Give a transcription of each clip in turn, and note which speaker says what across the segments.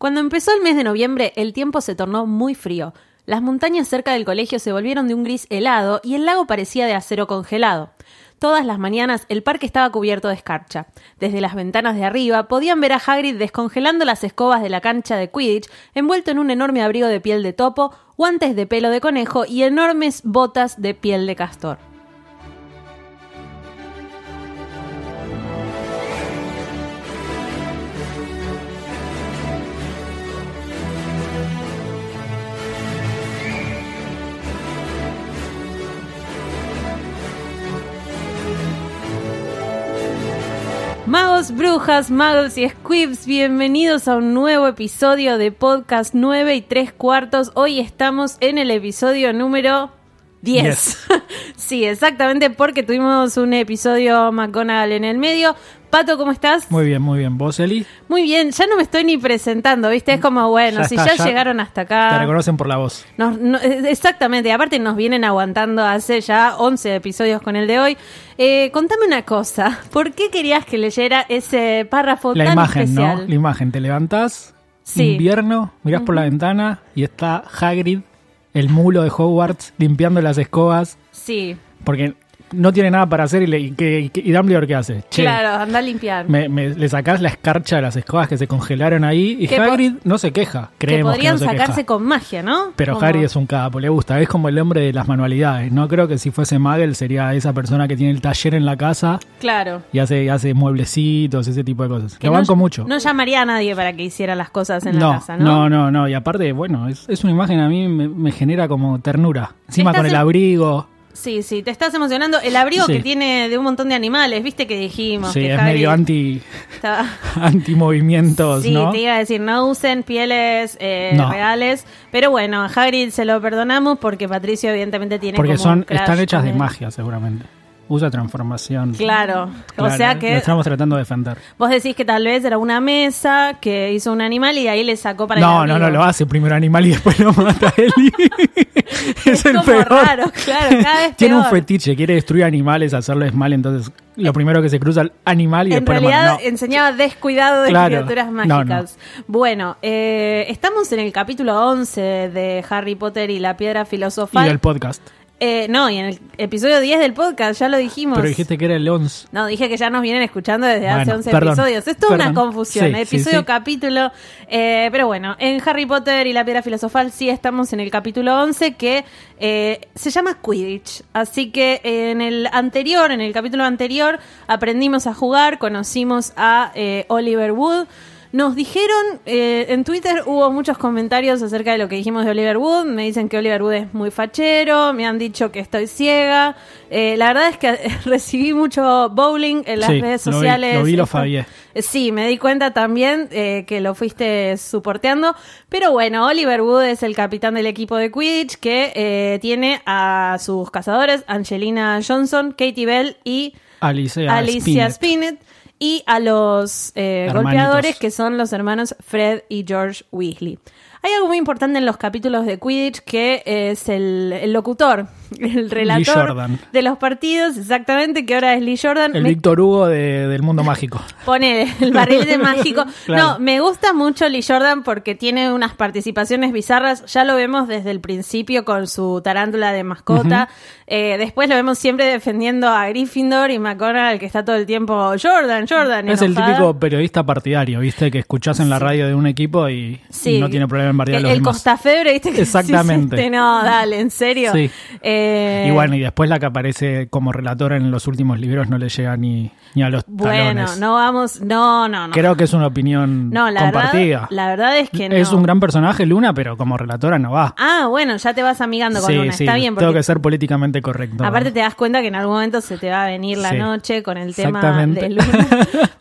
Speaker 1: Cuando empezó el mes de noviembre, el tiempo se tornó muy frío. Las montañas cerca del colegio se volvieron de un gris helado y el lago parecía de acero congelado. Todas las mañanas el parque estaba cubierto de escarcha. Desde las ventanas de arriba podían ver a Hagrid descongelando las escobas de la cancha de Quidditch, envuelto en un enorme abrigo de piel de topo, guantes de pelo de conejo y enormes botas de piel de castor. Magos, brujas, magos y squibs, bienvenidos a un nuevo episodio de Podcast 9 y 3 cuartos. Hoy estamos en el episodio número 10. sí, exactamente, porque tuvimos un episodio McGonagall en el medio. Pato, ¿cómo estás?
Speaker 2: Muy bien, muy bien. ¿Vos, Eli?
Speaker 1: Muy bien, ya no me estoy ni presentando, ¿viste? Es como, bueno,
Speaker 2: Ya
Speaker 1: si
Speaker 2: está,
Speaker 1: ya,
Speaker 2: ya
Speaker 1: llegaron hasta
Speaker 2: Te
Speaker 1: acá.
Speaker 2: reconocen por la voz.
Speaker 1: Nos- no- eh, exactamente, aparte nos vienen aguantando hace ya 11 episodios con el de hoy. Eh, contame una cosa, ¿por qué querías que leyera ese párrafo
Speaker 2: La
Speaker 1: tan
Speaker 2: imagen,
Speaker 1: especial?
Speaker 2: ¿no? La imagen. Te levantás,
Speaker 1: Sí.
Speaker 2: invierno, mirás por la ventana y está Hagrid, el mulo de Hogwarts, limpiando las escobas
Speaker 1: Sí,
Speaker 2: porque no tiene nada para hacer y, le- y que- y que- y Dumbledore qué hace. Che,
Speaker 1: claro, anda a limpiar.
Speaker 2: me- me- le sacás la escarcha de las escobas que se congelaron ahí y
Speaker 1: Que po-
Speaker 2: Hagrid no se queja.
Speaker 1: que
Speaker 2: Creemos que,
Speaker 1: podrían
Speaker 2: no se
Speaker 1: sacarse
Speaker 2: queja.
Speaker 1: con magia, ¿no?
Speaker 2: Pero
Speaker 1: Como-
Speaker 2: Hagrid es un capo, le gusta. Es como el hombre de las manualidades. No creo que si fuese Magel sería esa persona que tiene el taller en la casa
Speaker 1: Claro.
Speaker 2: y hace, hace mueblecitos, ese tipo de cosas.
Speaker 1: Que
Speaker 2: Lo
Speaker 1: no-
Speaker 2: banco mucho.
Speaker 1: No llamaría a nadie para que hiciera las cosas en la casa, ¿no?
Speaker 2: no, no, no. Y aparte, bueno, es, es una imagen a mí me, me genera como ternura. Encima
Speaker 1: Estás
Speaker 2: con el
Speaker 1: en-
Speaker 2: abrigo.
Speaker 1: Sí, sí, te estás emocionando. El abrigo
Speaker 2: Sí.
Speaker 1: que tiene de un montón de animales, ¿viste que dijimos?
Speaker 2: Sí,
Speaker 1: que
Speaker 2: es
Speaker 1: Hagrid
Speaker 2: medio anti,
Speaker 1: estaba-
Speaker 2: anti movimientos,
Speaker 1: Sí,
Speaker 2: ¿no?
Speaker 1: te iba a decir, no usen pieles eh,
Speaker 2: No.
Speaker 1: reales. Pero bueno, a Hagrid se lo perdonamos porque Patricio evidentemente tiene
Speaker 2: Porque
Speaker 1: como un
Speaker 2: son,
Speaker 1: crush
Speaker 2: están hechas
Speaker 1: con
Speaker 2: de
Speaker 1: él.
Speaker 2: magia, seguramente. Usa transformación.
Speaker 1: Claro.
Speaker 2: Claro,
Speaker 1: o sea
Speaker 2: Lo
Speaker 1: que
Speaker 2: estamos tratando de defender.
Speaker 1: vos decís que tal vez era una mesa que hizo un animal y de ahí le sacó para
Speaker 2: No,
Speaker 1: el
Speaker 2: no, no,
Speaker 1: abrigo.
Speaker 2: lo hace primero animal y después lo mata él. es,
Speaker 1: Es
Speaker 2: el
Speaker 1: como
Speaker 2: peor.
Speaker 1: raro, claro, cada vez
Speaker 2: Tiene un
Speaker 1: peor.
Speaker 2: fetiche, quiere destruir animales, hacerles mal, entonces lo primero que se cruza el animal y
Speaker 1: En
Speaker 2: después lo mata.
Speaker 1: realidad
Speaker 2: No.
Speaker 1: enseñaba descuidado de
Speaker 2: Claro.
Speaker 1: criaturas
Speaker 2: No, no.
Speaker 1: mágicas. Bueno, eh, estamos en el capítulo 11 de Harry Potter y la piedra filosofal.
Speaker 2: Y del podcast.
Speaker 1: Eh, no, y en el episodio 10 del podcast, ya lo dijimos.
Speaker 2: Pero dijiste que era el 11.
Speaker 1: No, dije que ya nos vienen escuchando desde hace
Speaker 2: Bueno,
Speaker 1: 11
Speaker 2: perdón,
Speaker 1: episodios. Es toda una
Speaker 2: perdón.
Speaker 1: confusión,
Speaker 2: Sí, sí,
Speaker 1: episodio,
Speaker 2: sí.
Speaker 1: capítulo. Eh, pero bueno, en Harry Potter y la piedra filosofal sí estamos en el capítulo 11 que eh, se llama Quidditch. Así que en el anterior, en el capítulo anterior, aprendimos a jugar, conocimos a eh, Oliver Wood. Nos dijeron, eh, en Twitter hubo muchos comentarios acerca de lo que dijimos de Oliver Wood. Me dicen que Oliver Wood es muy fachero, me han dicho que estoy ciega. Eh, la verdad es que recibí mucho bowling en las
Speaker 2: Sí,
Speaker 1: redes
Speaker 2: lo vi-
Speaker 1: sociales.
Speaker 2: lo vi, lo
Speaker 1: Esto-
Speaker 2: fabié.
Speaker 1: Eh, Sí, me di cuenta también eh, que lo fuiste suporteando. Pero bueno, Oliver Wood es el capitán del equipo de Quidditch que eh, tiene a sus cazadores Angelina Johnson, Katie Bell y
Speaker 2: Alicia,
Speaker 1: Alicia
Speaker 2: Spinner.
Speaker 1: Spinett. y a los eh,
Speaker 2: Hermanitos.
Speaker 1: golpeadores que son los hermanos Fred y George Weasley. Hay algo muy importante en los capítulos de Quidditch que es el, el locutor, el relator
Speaker 2: Jordan.
Speaker 1: de los partidos, exactamente, que ahora es Lee Jordan.
Speaker 2: El
Speaker 1: Me-
Speaker 2: Víctor Hugo de- del mundo mágico.
Speaker 1: Pone el barrilete mágico.
Speaker 2: Claro.
Speaker 1: No, me gusta mucho Lee Jordan porque tiene unas participaciones bizarras. Ya lo vemos desde el principio con su tarántula de mascota. Eh, después lo vemos siempre defendiendo a Gryffindor y McConnell, que está todo el tiempo Jordan, Jordan.
Speaker 2: Es el
Speaker 1: enojada.
Speaker 2: típico periodista partidario, ¿viste? Que escuchás en la radio de un equipo y
Speaker 1: Sí.
Speaker 2: no tiene problema en bardear a
Speaker 1: el,
Speaker 2: los
Speaker 1: el
Speaker 2: demás.
Speaker 1: Costafebre, ¿viste? Que
Speaker 2: Exactamente.
Speaker 1: sí, sí, no, dale, en serio.
Speaker 2: Sí.
Speaker 1: Eh,
Speaker 2: Y bueno, y después la que aparece como relatora en los últimos libros no le llega ni, ni a los
Speaker 1: bueno,
Speaker 2: talones.
Speaker 1: no vamos. No, no, no.
Speaker 2: Creo que es una opinión
Speaker 1: no, la
Speaker 2: compartida.
Speaker 1: verdad, la verdad es que no.
Speaker 2: Es un gran personaje Luna, pero como relatora no va.
Speaker 1: Ah, bueno, ya te vas amigando con
Speaker 2: Sí,
Speaker 1: una.
Speaker 2: sí,
Speaker 1: Está bien,
Speaker 2: tengo
Speaker 1: porque
Speaker 2: que ser políticamente correcto.
Speaker 1: Aparte te das cuenta que en algún momento se te va a venir la
Speaker 2: Sí.
Speaker 1: noche con el tema
Speaker 2: Exactamente.
Speaker 1: de Luna.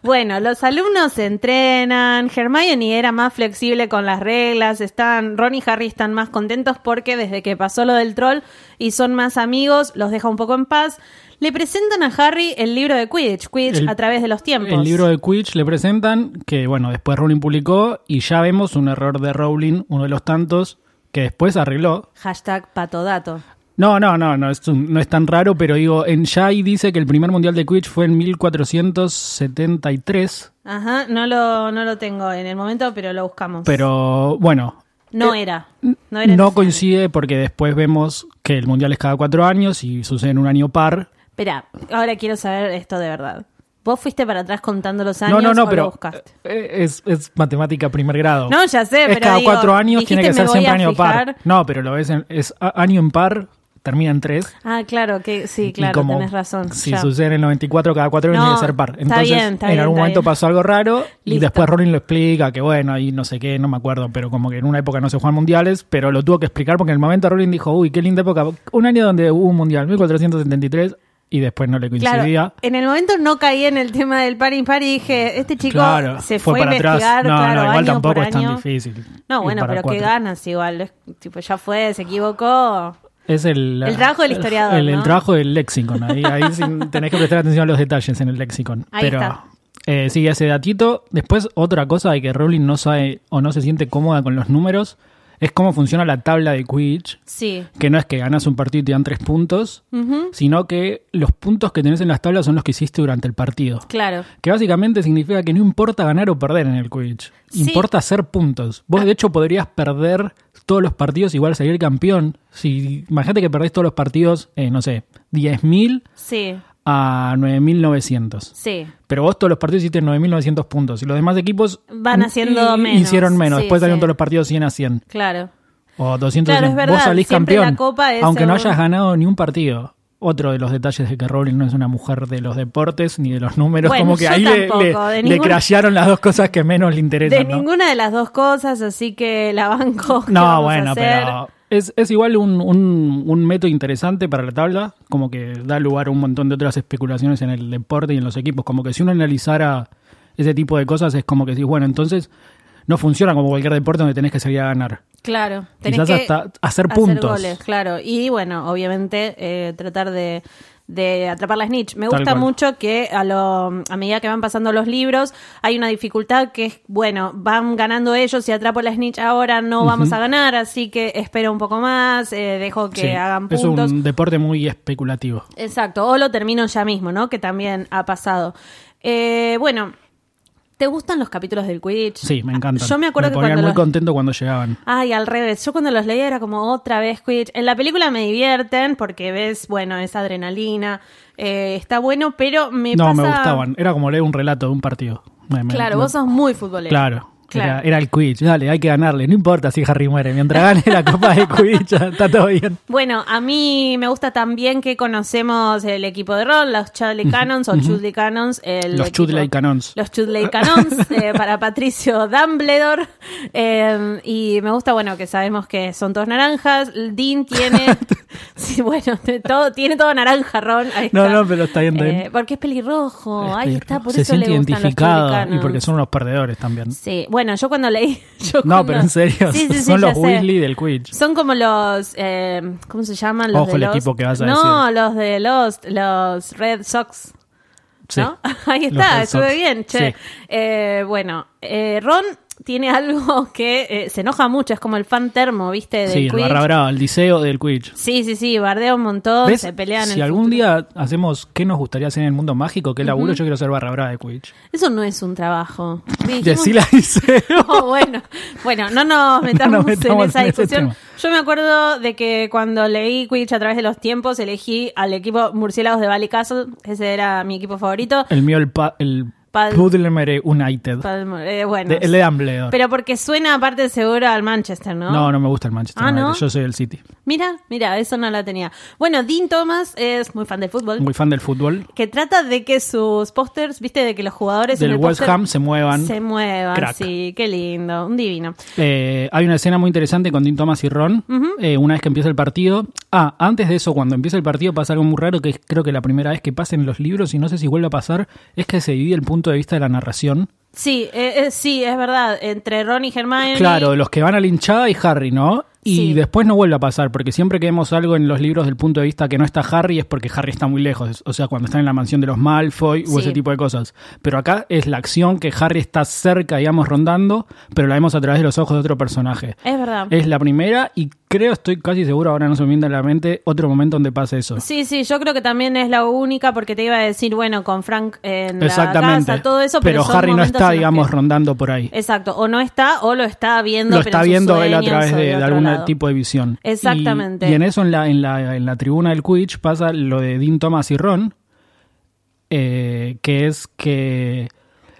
Speaker 1: bueno, los alumnos se entrenan, Hermione era más flexible con las reglas, están Ron y Harry están más contentos porque desde que pasó lo del troll y son más amigos, los deja un poco en paz. Le presentan a Harry el libro de Quidditch, Quidditch
Speaker 2: El-
Speaker 1: a través de los tiempos.
Speaker 2: El libro de Quidditch le presentan, que bueno, después Rowling publicó y ya vemos un error de Rowling, uno de los tantos, que después arregló.
Speaker 1: Hashtag patodato.
Speaker 2: No, no, no, no es, un- no es tan raro, pero digo, en Shai dice que el primer mundial de Quidditch fue en 1473,
Speaker 1: Ajá, no lo, no lo tengo en el momento, pero lo buscamos.
Speaker 2: pero bueno,
Speaker 1: no era. No, era
Speaker 2: no
Speaker 1: necesario.
Speaker 2: coincide porque después vemos que el mundial es cada cuatro años y sucede en un año par.
Speaker 1: Espera, ahora quiero saber esto de verdad. ¿Vos fuiste para atrás contando los años
Speaker 2: no, no,
Speaker 1: o
Speaker 2: no,
Speaker 1: lo
Speaker 2: pero
Speaker 1: buscaste?
Speaker 2: eh, es, es matemática primer grado.
Speaker 1: No, ya sé,
Speaker 2: es
Speaker 1: pero
Speaker 2: cada
Speaker 1: digo,
Speaker 2: cuatro años, tiene que
Speaker 1: dijiste, me
Speaker 2: ser
Speaker 1: voy
Speaker 2: siempre
Speaker 1: a
Speaker 2: año par.
Speaker 1: fijar.
Speaker 2: No, pero lo ves, en- es a- año en par, termina en tres.
Speaker 1: Ah, claro, que sí,
Speaker 2: Y
Speaker 1: claro,
Speaker 2: como
Speaker 1: tenés razón.
Speaker 2: Si
Speaker 1: ya.
Speaker 2: sucede en el 94, cada cuatro años
Speaker 1: No,
Speaker 2: tiene que ser par.
Speaker 1: está
Speaker 2: Entonces,
Speaker 1: bien, está
Speaker 2: en
Speaker 1: bien,
Speaker 2: algún
Speaker 1: está
Speaker 2: momento
Speaker 1: bien.
Speaker 2: pasó algo raro y
Speaker 1: Listo.
Speaker 2: después Ronin lo explica, que bueno, ahí no sé qué, no me acuerdo, pero como que en una época no se juegan mundiales, pero lo tuvo que explicar porque en el momento Ronin dijo, uy, qué linda época, un año donde hubo un mundial, 1473, y después no le
Speaker 1: Claro,
Speaker 2: coincidía.
Speaker 1: en el momento no caí en el tema del par impar y dije, este chico
Speaker 2: Claro,
Speaker 1: se fue, a investigar,
Speaker 2: No,
Speaker 1: claro,
Speaker 2: no, igual
Speaker 1: año
Speaker 2: tampoco
Speaker 1: por
Speaker 2: es tan
Speaker 1: año.
Speaker 2: difícil.
Speaker 1: No,
Speaker 2: ir
Speaker 1: bueno,
Speaker 2: para
Speaker 1: pero qué
Speaker 2: cuatro.
Speaker 1: ganas igual, es- tipo, ya fue, se equivocó.
Speaker 2: Es el,
Speaker 1: El trabajo del historiador,
Speaker 2: El, el
Speaker 1: ¿no?
Speaker 2: trabajo del lexicon. Ahí, ahí sin- tenés que prestar atención a los detalles en el lexicon.
Speaker 1: Ahí
Speaker 2: Pero
Speaker 1: está.
Speaker 2: eh, sí, ese datito. Después, otra cosa de que Rowling no sabe o no se siente cómoda con los números es cómo funciona la tabla de Quidditch.
Speaker 1: Sí.
Speaker 2: Que no es que ganas un partido y te dan tres puntos,
Speaker 1: Ujú,
Speaker 2: sino que los puntos que tenés en las tablas son los que hiciste durante el partido.
Speaker 1: Claro.
Speaker 2: Que básicamente significa que no importa ganar o perder en el Quidditch.
Speaker 1: Sí.
Speaker 2: Importa hacer puntos. Vos, de hecho, podrías perder todos los partidos, igual salir campeón. Si, imagínate que perdés todos los partidos, eh, no sé, 10.000
Speaker 1: Sí,
Speaker 2: a 9.900.
Speaker 1: sí.
Speaker 2: Pero vos todos los partidos hiciste 9.900 puntos. Y los demás equipos
Speaker 1: Van
Speaker 2: n-
Speaker 1: haciendo
Speaker 2: hi-
Speaker 1: menos.
Speaker 2: Hicieron menos.
Speaker 1: Sí,
Speaker 2: Después salieron
Speaker 1: sí.
Speaker 2: todos los partidos 100 a 100.
Speaker 1: Claro.
Speaker 2: O 200
Speaker 1: Claro,
Speaker 2: a
Speaker 1: es
Speaker 2: 100.
Speaker 1: verdad.
Speaker 2: Vos salís
Speaker 1: Siempre
Speaker 2: campeón.
Speaker 1: la copa es
Speaker 2: aunque no
Speaker 1: según-
Speaker 2: hayas ganado ni un partido. Otro de los detalles de que Rowling no es una mujer de los deportes ni de los números.
Speaker 1: Bueno,
Speaker 2: como que
Speaker 1: yo
Speaker 2: ahí le,
Speaker 1: tampoco,
Speaker 2: le,
Speaker 1: de
Speaker 2: le
Speaker 1: ningún-
Speaker 2: crashearon las dos cosas que menos le interesan.
Speaker 1: De
Speaker 2: ¿no?
Speaker 1: ninguna de las dos cosas, así que la banco. ¿qué vamos
Speaker 2: No,
Speaker 1: a
Speaker 2: bueno,
Speaker 1: hacer?
Speaker 2: pero es, es igual un, un, un método interesante para la tabla, como que da lugar a un montón de otras especulaciones en el deporte y en los equipos, como que si uno analizara ese tipo de cosas es como que decís, bueno, entonces no funciona como cualquier deporte donde tenés que salir a ganar.
Speaker 1: Claro, tenés
Speaker 2: Quizás
Speaker 1: que
Speaker 2: hasta hacer puntos.
Speaker 1: goles, claro. Y bueno, obviamente eh, tratar de, de atrapar la snitch. Me
Speaker 2: Tal
Speaker 1: gusta
Speaker 2: cual.
Speaker 1: mucho que a, lo, a medida que van pasando los libros hay una dificultad que es, bueno, van ganando ellos y atrapo la snitch ahora no vamos a ganar, así que espero un poco más, eh, dejo que
Speaker 2: Sí,
Speaker 1: hagan
Speaker 2: es
Speaker 1: puntos.
Speaker 2: un deporte muy especulativo.
Speaker 1: Exacto, o lo termino ya mismo, ¿no? Que también ha pasado. Eh, bueno, ¿te gustan los capítulos del Quidditch?
Speaker 2: Sí, me encanta.
Speaker 1: Yo me acuerdo que
Speaker 2: ponían
Speaker 1: cuando
Speaker 2: muy
Speaker 1: los-
Speaker 2: contento cuando llegaban.
Speaker 1: Ay, al revés. Yo cuando los leía era como otra vez Quidditch. En la película me divierten porque ves, bueno, esa adrenalina. eh, está bueno, pero me
Speaker 2: no,
Speaker 1: pasa...
Speaker 2: me gustaban. Era como leer un relato de un partido. Me- me-
Speaker 1: Claro,
Speaker 2: me-
Speaker 1: vos sos muy futbolero.
Speaker 2: Claro.
Speaker 1: Claro.
Speaker 2: Era, era el Quidditch, dale, hay que ganarle, no importa si Harry muere, mientras gane la copa de Quidditch, ya está todo bien.
Speaker 1: Bueno, a mí me gusta también que conocemos el equipo de rol, los Chudley Cannons o Chudley Cannons. el
Speaker 2: Los
Speaker 1: equipo-
Speaker 2: Chudley Cannons.
Speaker 1: Los Chudley Cannons eh, para Patricio Dumbledore. Eh, y me gusta, bueno, que sabemos que son todos naranjas. Dean tiene. sí, bueno, de todo, tiene todo naranja, Ron. ahí
Speaker 2: No,
Speaker 1: está.
Speaker 2: no, pero está bien, está bien.
Speaker 1: Eh, porque es pelirrojo. Oh, ahí está, por
Speaker 2: Este,
Speaker 1: eso
Speaker 2: se siente
Speaker 1: le gustan los Chudley
Speaker 2: identificado y
Speaker 1: Cannons.
Speaker 2: porque son unos perdedores también.
Speaker 1: Sí, bueno, yo cuando leí. yo
Speaker 2: No,
Speaker 1: cuando-
Speaker 2: pero en serio,
Speaker 1: Sí, sí, sí,
Speaker 2: son
Speaker 1: ya
Speaker 2: los
Speaker 1: sé.
Speaker 2: Weasley del Quidditch.
Speaker 1: Son como los. eh, ¿Cómo se llaman? Los
Speaker 2: Ojo
Speaker 1: de
Speaker 2: el
Speaker 1: Lost.
Speaker 2: equipo que vas a
Speaker 1: no, los de Lost, los Red Sox.
Speaker 2: Sí.
Speaker 1: ¿no? Ahí
Speaker 2: Los
Speaker 1: está,
Speaker 2: Red
Speaker 1: estuve
Speaker 2: Sox.
Speaker 1: bien, che.
Speaker 2: Sí.
Speaker 1: Eh, bueno, eh, Ron tiene algo que eh, se enoja mucho, es como el fan termo, ¿viste? Del
Speaker 2: Sí, el
Speaker 1: Quidditch.
Speaker 2: barra brava, el liceo del Quidditch.
Speaker 1: Sí, sí, sí, bardea un montón,
Speaker 2: ¿Ves?
Speaker 1: se pelean. en
Speaker 2: Si
Speaker 1: el
Speaker 2: algún
Speaker 1: futuro.
Speaker 2: día hacemos qué nos gustaría hacer en el mundo mágico, qué laburo, yo quiero ser barra brava de Quidditch.
Speaker 1: Eso no es un trabajo. Dijimos-
Speaker 2: Decí la liceo.
Speaker 1: No, Oh, bueno, bueno, no nos metamos,
Speaker 2: nos metamos
Speaker 1: en esa
Speaker 2: en ese
Speaker 1: discusión.
Speaker 2: tema.
Speaker 1: Yo me acuerdo de que cuando leí Quidditch a través de los tiempos, elegí al equipo Murciélagos de Valley Castle. Ese era mi equipo favorito.
Speaker 2: El mío, el, pa- el
Speaker 1: Pal-
Speaker 2: Pudlemere United.
Speaker 1: Palmo- eh, bueno,
Speaker 2: De- el de Dumbledore.
Speaker 1: pero porque suena aparte seguro al Manchester, ¿no?
Speaker 2: No, no me gusta el Manchester
Speaker 1: Ah,
Speaker 2: United.
Speaker 1: ¿no?
Speaker 2: Yo soy del City.
Speaker 1: Mira, mira, eso no la tenía. Bueno, Dean Thomas es muy fan del fútbol.
Speaker 2: Muy fan del fútbol.
Speaker 1: que trata de que sus pósters, viste, de que los jugadores en
Speaker 2: Del
Speaker 1: el
Speaker 2: West
Speaker 1: póster
Speaker 2: Ham se muevan.
Speaker 1: se muevan.
Speaker 2: Crack.
Speaker 1: Sí, qué lindo, un divino.
Speaker 2: Eh, hay una escena muy interesante con Tim Thomas y Ron. eh, una vez que empieza el partido. Ah, antes de eso, cuando empieza el partido, pasa algo muy raro que es, creo que la primera vez que pasa en los libros, y no sé si vuelve a pasar, es que se divide el punto de vista de la narración.
Speaker 1: Sí, eh, eh, sí, es verdad. Entre Ron y Hermione.
Speaker 2: Claro, los que van a la hinchada y Harry, ¿no? Y
Speaker 1: Sí.
Speaker 2: después no vuelve a pasar, porque siempre que vemos algo en los libros del punto de vista que no está Harry es porque Harry está muy lejos, o sea, cuando están en la mansión de los Malfoy o
Speaker 1: Sí.
Speaker 2: ese tipo de cosas. Pero acá es la acción que Harry está cerca, digamos, rondando, pero la vemos a través de los ojos de otro personaje.
Speaker 1: Es verdad.
Speaker 2: Es la primera y creo, estoy casi seguro, ahora no se me viene a la mente, otro momento donde pase eso.
Speaker 1: Sí, sí, yo creo que también es la única porque te iba a decir, bueno, con Frank en la
Speaker 2: Exactamente.
Speaker 1: casa, todo eso, pero,
Speaker 2: pero
Speaker 1: son
Speaker 2: Harry no
Speaker 1: momentos
Speaker 2: está,
Speaker 1: en los
Speaker 2: digamos,
Speaker 1: que-
Speaker 2: rondando por ahí.
Speaker 1: Exacto, o no está o lo está viendo.
Speaker 2: Lo
Speaker 1: pero
Speaker 2: está
Speaker 1: en sus
Speaker 2: viendo él a
Speaker 1: sueños
Speaker 2: través
Speaker 1: o
Speaker 2: de, de
Speaker 1: otro
Speaker 2: algún
Speaker 1: lado.
Speaker 2: tipo de visión. Y-
Speaker 1: Exactamente.
Speaker 2: Y, en eso, en la, en, la, en la tribuna del Quidditch, pasa lo de Dean Thomas y Ron, eh, que es que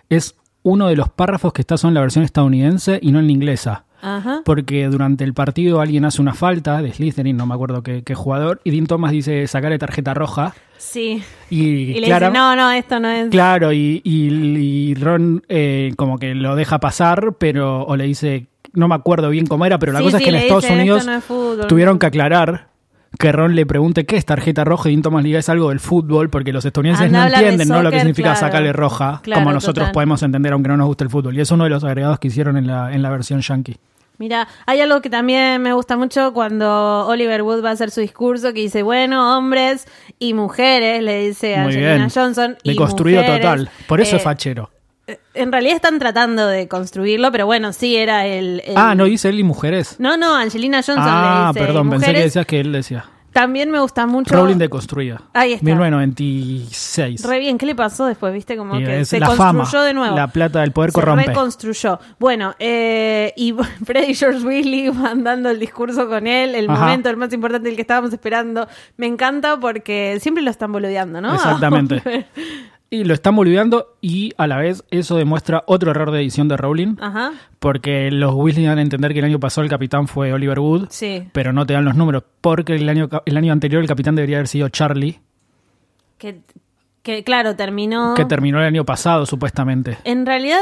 Speaker 2: es uno de los párrafos que está son en la versión estadounidense y no en la inglesa.
Speaker 1: Ajá.
Speaker 2: Porque durante el partido alguien hace una falta de Slytherin, no me acuerdo qué, qué jugador, y Dean Thomas dice sacarle tarjeta roja.
Speaker 1: Sí.
Speaker 2: Y,
Speaker 1: Y, le
Speaker 2: clara-
Speaker 1: dice, no, no, esto no es.
Speaker 2: Claro, y, y- y Ron eh, como que lo deja pasar, pero o le dice, no me acuerdo bien cómo era, pero la
Speaker 1: Sí,
Speaker 2: cosa es
Speaker 1: sí,
Speaker 2: que en
Speaker 1: le
Speaker 2: Estados
Speaker 1: dice, "Esto
Speaker 2: Unidos
Speaker 1: no es fútbol".
Speaker 2: tuvieron que aclarar que Ron le pregunte qué es tarjeta roja y Dean Thomas le diga, es algo del fútbol, porque los estadounidenses
Speaker 1: Anda a
Speaker 2: no
Speaker 1: hablar de
Speaker 2: entienden ¿no? lo que
Speaker 1: soccer,
Speaker 2: significa
Speaker 1: claro.
Speaker 2: sacarle roja,
Speaker 1: Claro,
Speaker 2: como nosotros
Speaker 1: total.
Speaker 2: podemos entender aunque no nos guste el fútbol. Y es uno de los agregados que hicieron en la, en la versión yankee.
Speaker 1: Mira, hay algo que también me gusta mucho cuando Oliver Wood va a hacer su discurso que dice, bueno, hombres y mujeres, le dice a
Speaker 2: Muy
Speaker 1: Angelina
Speaker 2: bien.
Speaker 1: Johnson. y
Speaker 2: De construido
Speaker 1: mujeres.
Speaker 2: total. Por
Speaker 1: Eh,
Speaker 2: eso es fachero.
Speaker 1: En realidad están tratando de construirlo, pero bueno, sí era el... el-
Speaker 2: Ah, no dice él y mujeres.
Speaker 1: No, no, Angelina eh, Johnson
Speaker 2: ah,
Speaker 1: le dice.
Speaker 2: perdón,
Speaker 1: y
Speaker 2: pensé que
Speaker 1: mujeres.
Speaker 2: decías que él decía.
Speaker 1: También me gusta mucho...
Speaker 2: Rowling deconstruida.
Speaker 1: Ahí está.
Speaker 2: 1996.
Speaker 1: Re bien, ¿qué le pasó después? ¿Viste? Como
Speaker 2: Y
Speaker 1: que
Speaker 2: es
Speaker 1: se
Speaker 2: la
Speaker 1: construyó
Speaker 2: fama,
Speaker 1: de nuevo.
Speaker 2: La plata del poder
Speaker 1: se
Speaker 2: corrompe.
Speaker 1: reconstruyó. Bueno, eh, y Freddy George Willy van dando el discurso con él, el
Speaker 2: Ajá.
Speaker 1: momento, el más importante, el que estábamos esperando. Me encanta porque siempre lo están boludeando, ¿no?
Speaker 2: Exactamente. Y lo están boludeando y a la vez eso demuestra otro error de edición de Rowling.
Speaker 1: Ajá.
Speaker 2: Porque los Weasley dan a entender que el año pasado el capitán fue Oliver Wood,
Speaker 1: Sí.
Speaker 2: pero no te dan los números. Porque el año, el año anterior el capitán debería haber sido Charlie,
Speaker 1: Que, que, claro, terminó.
Speaker 2: que terminó el año pasado supuestamente.
Speaker 1: En realidad.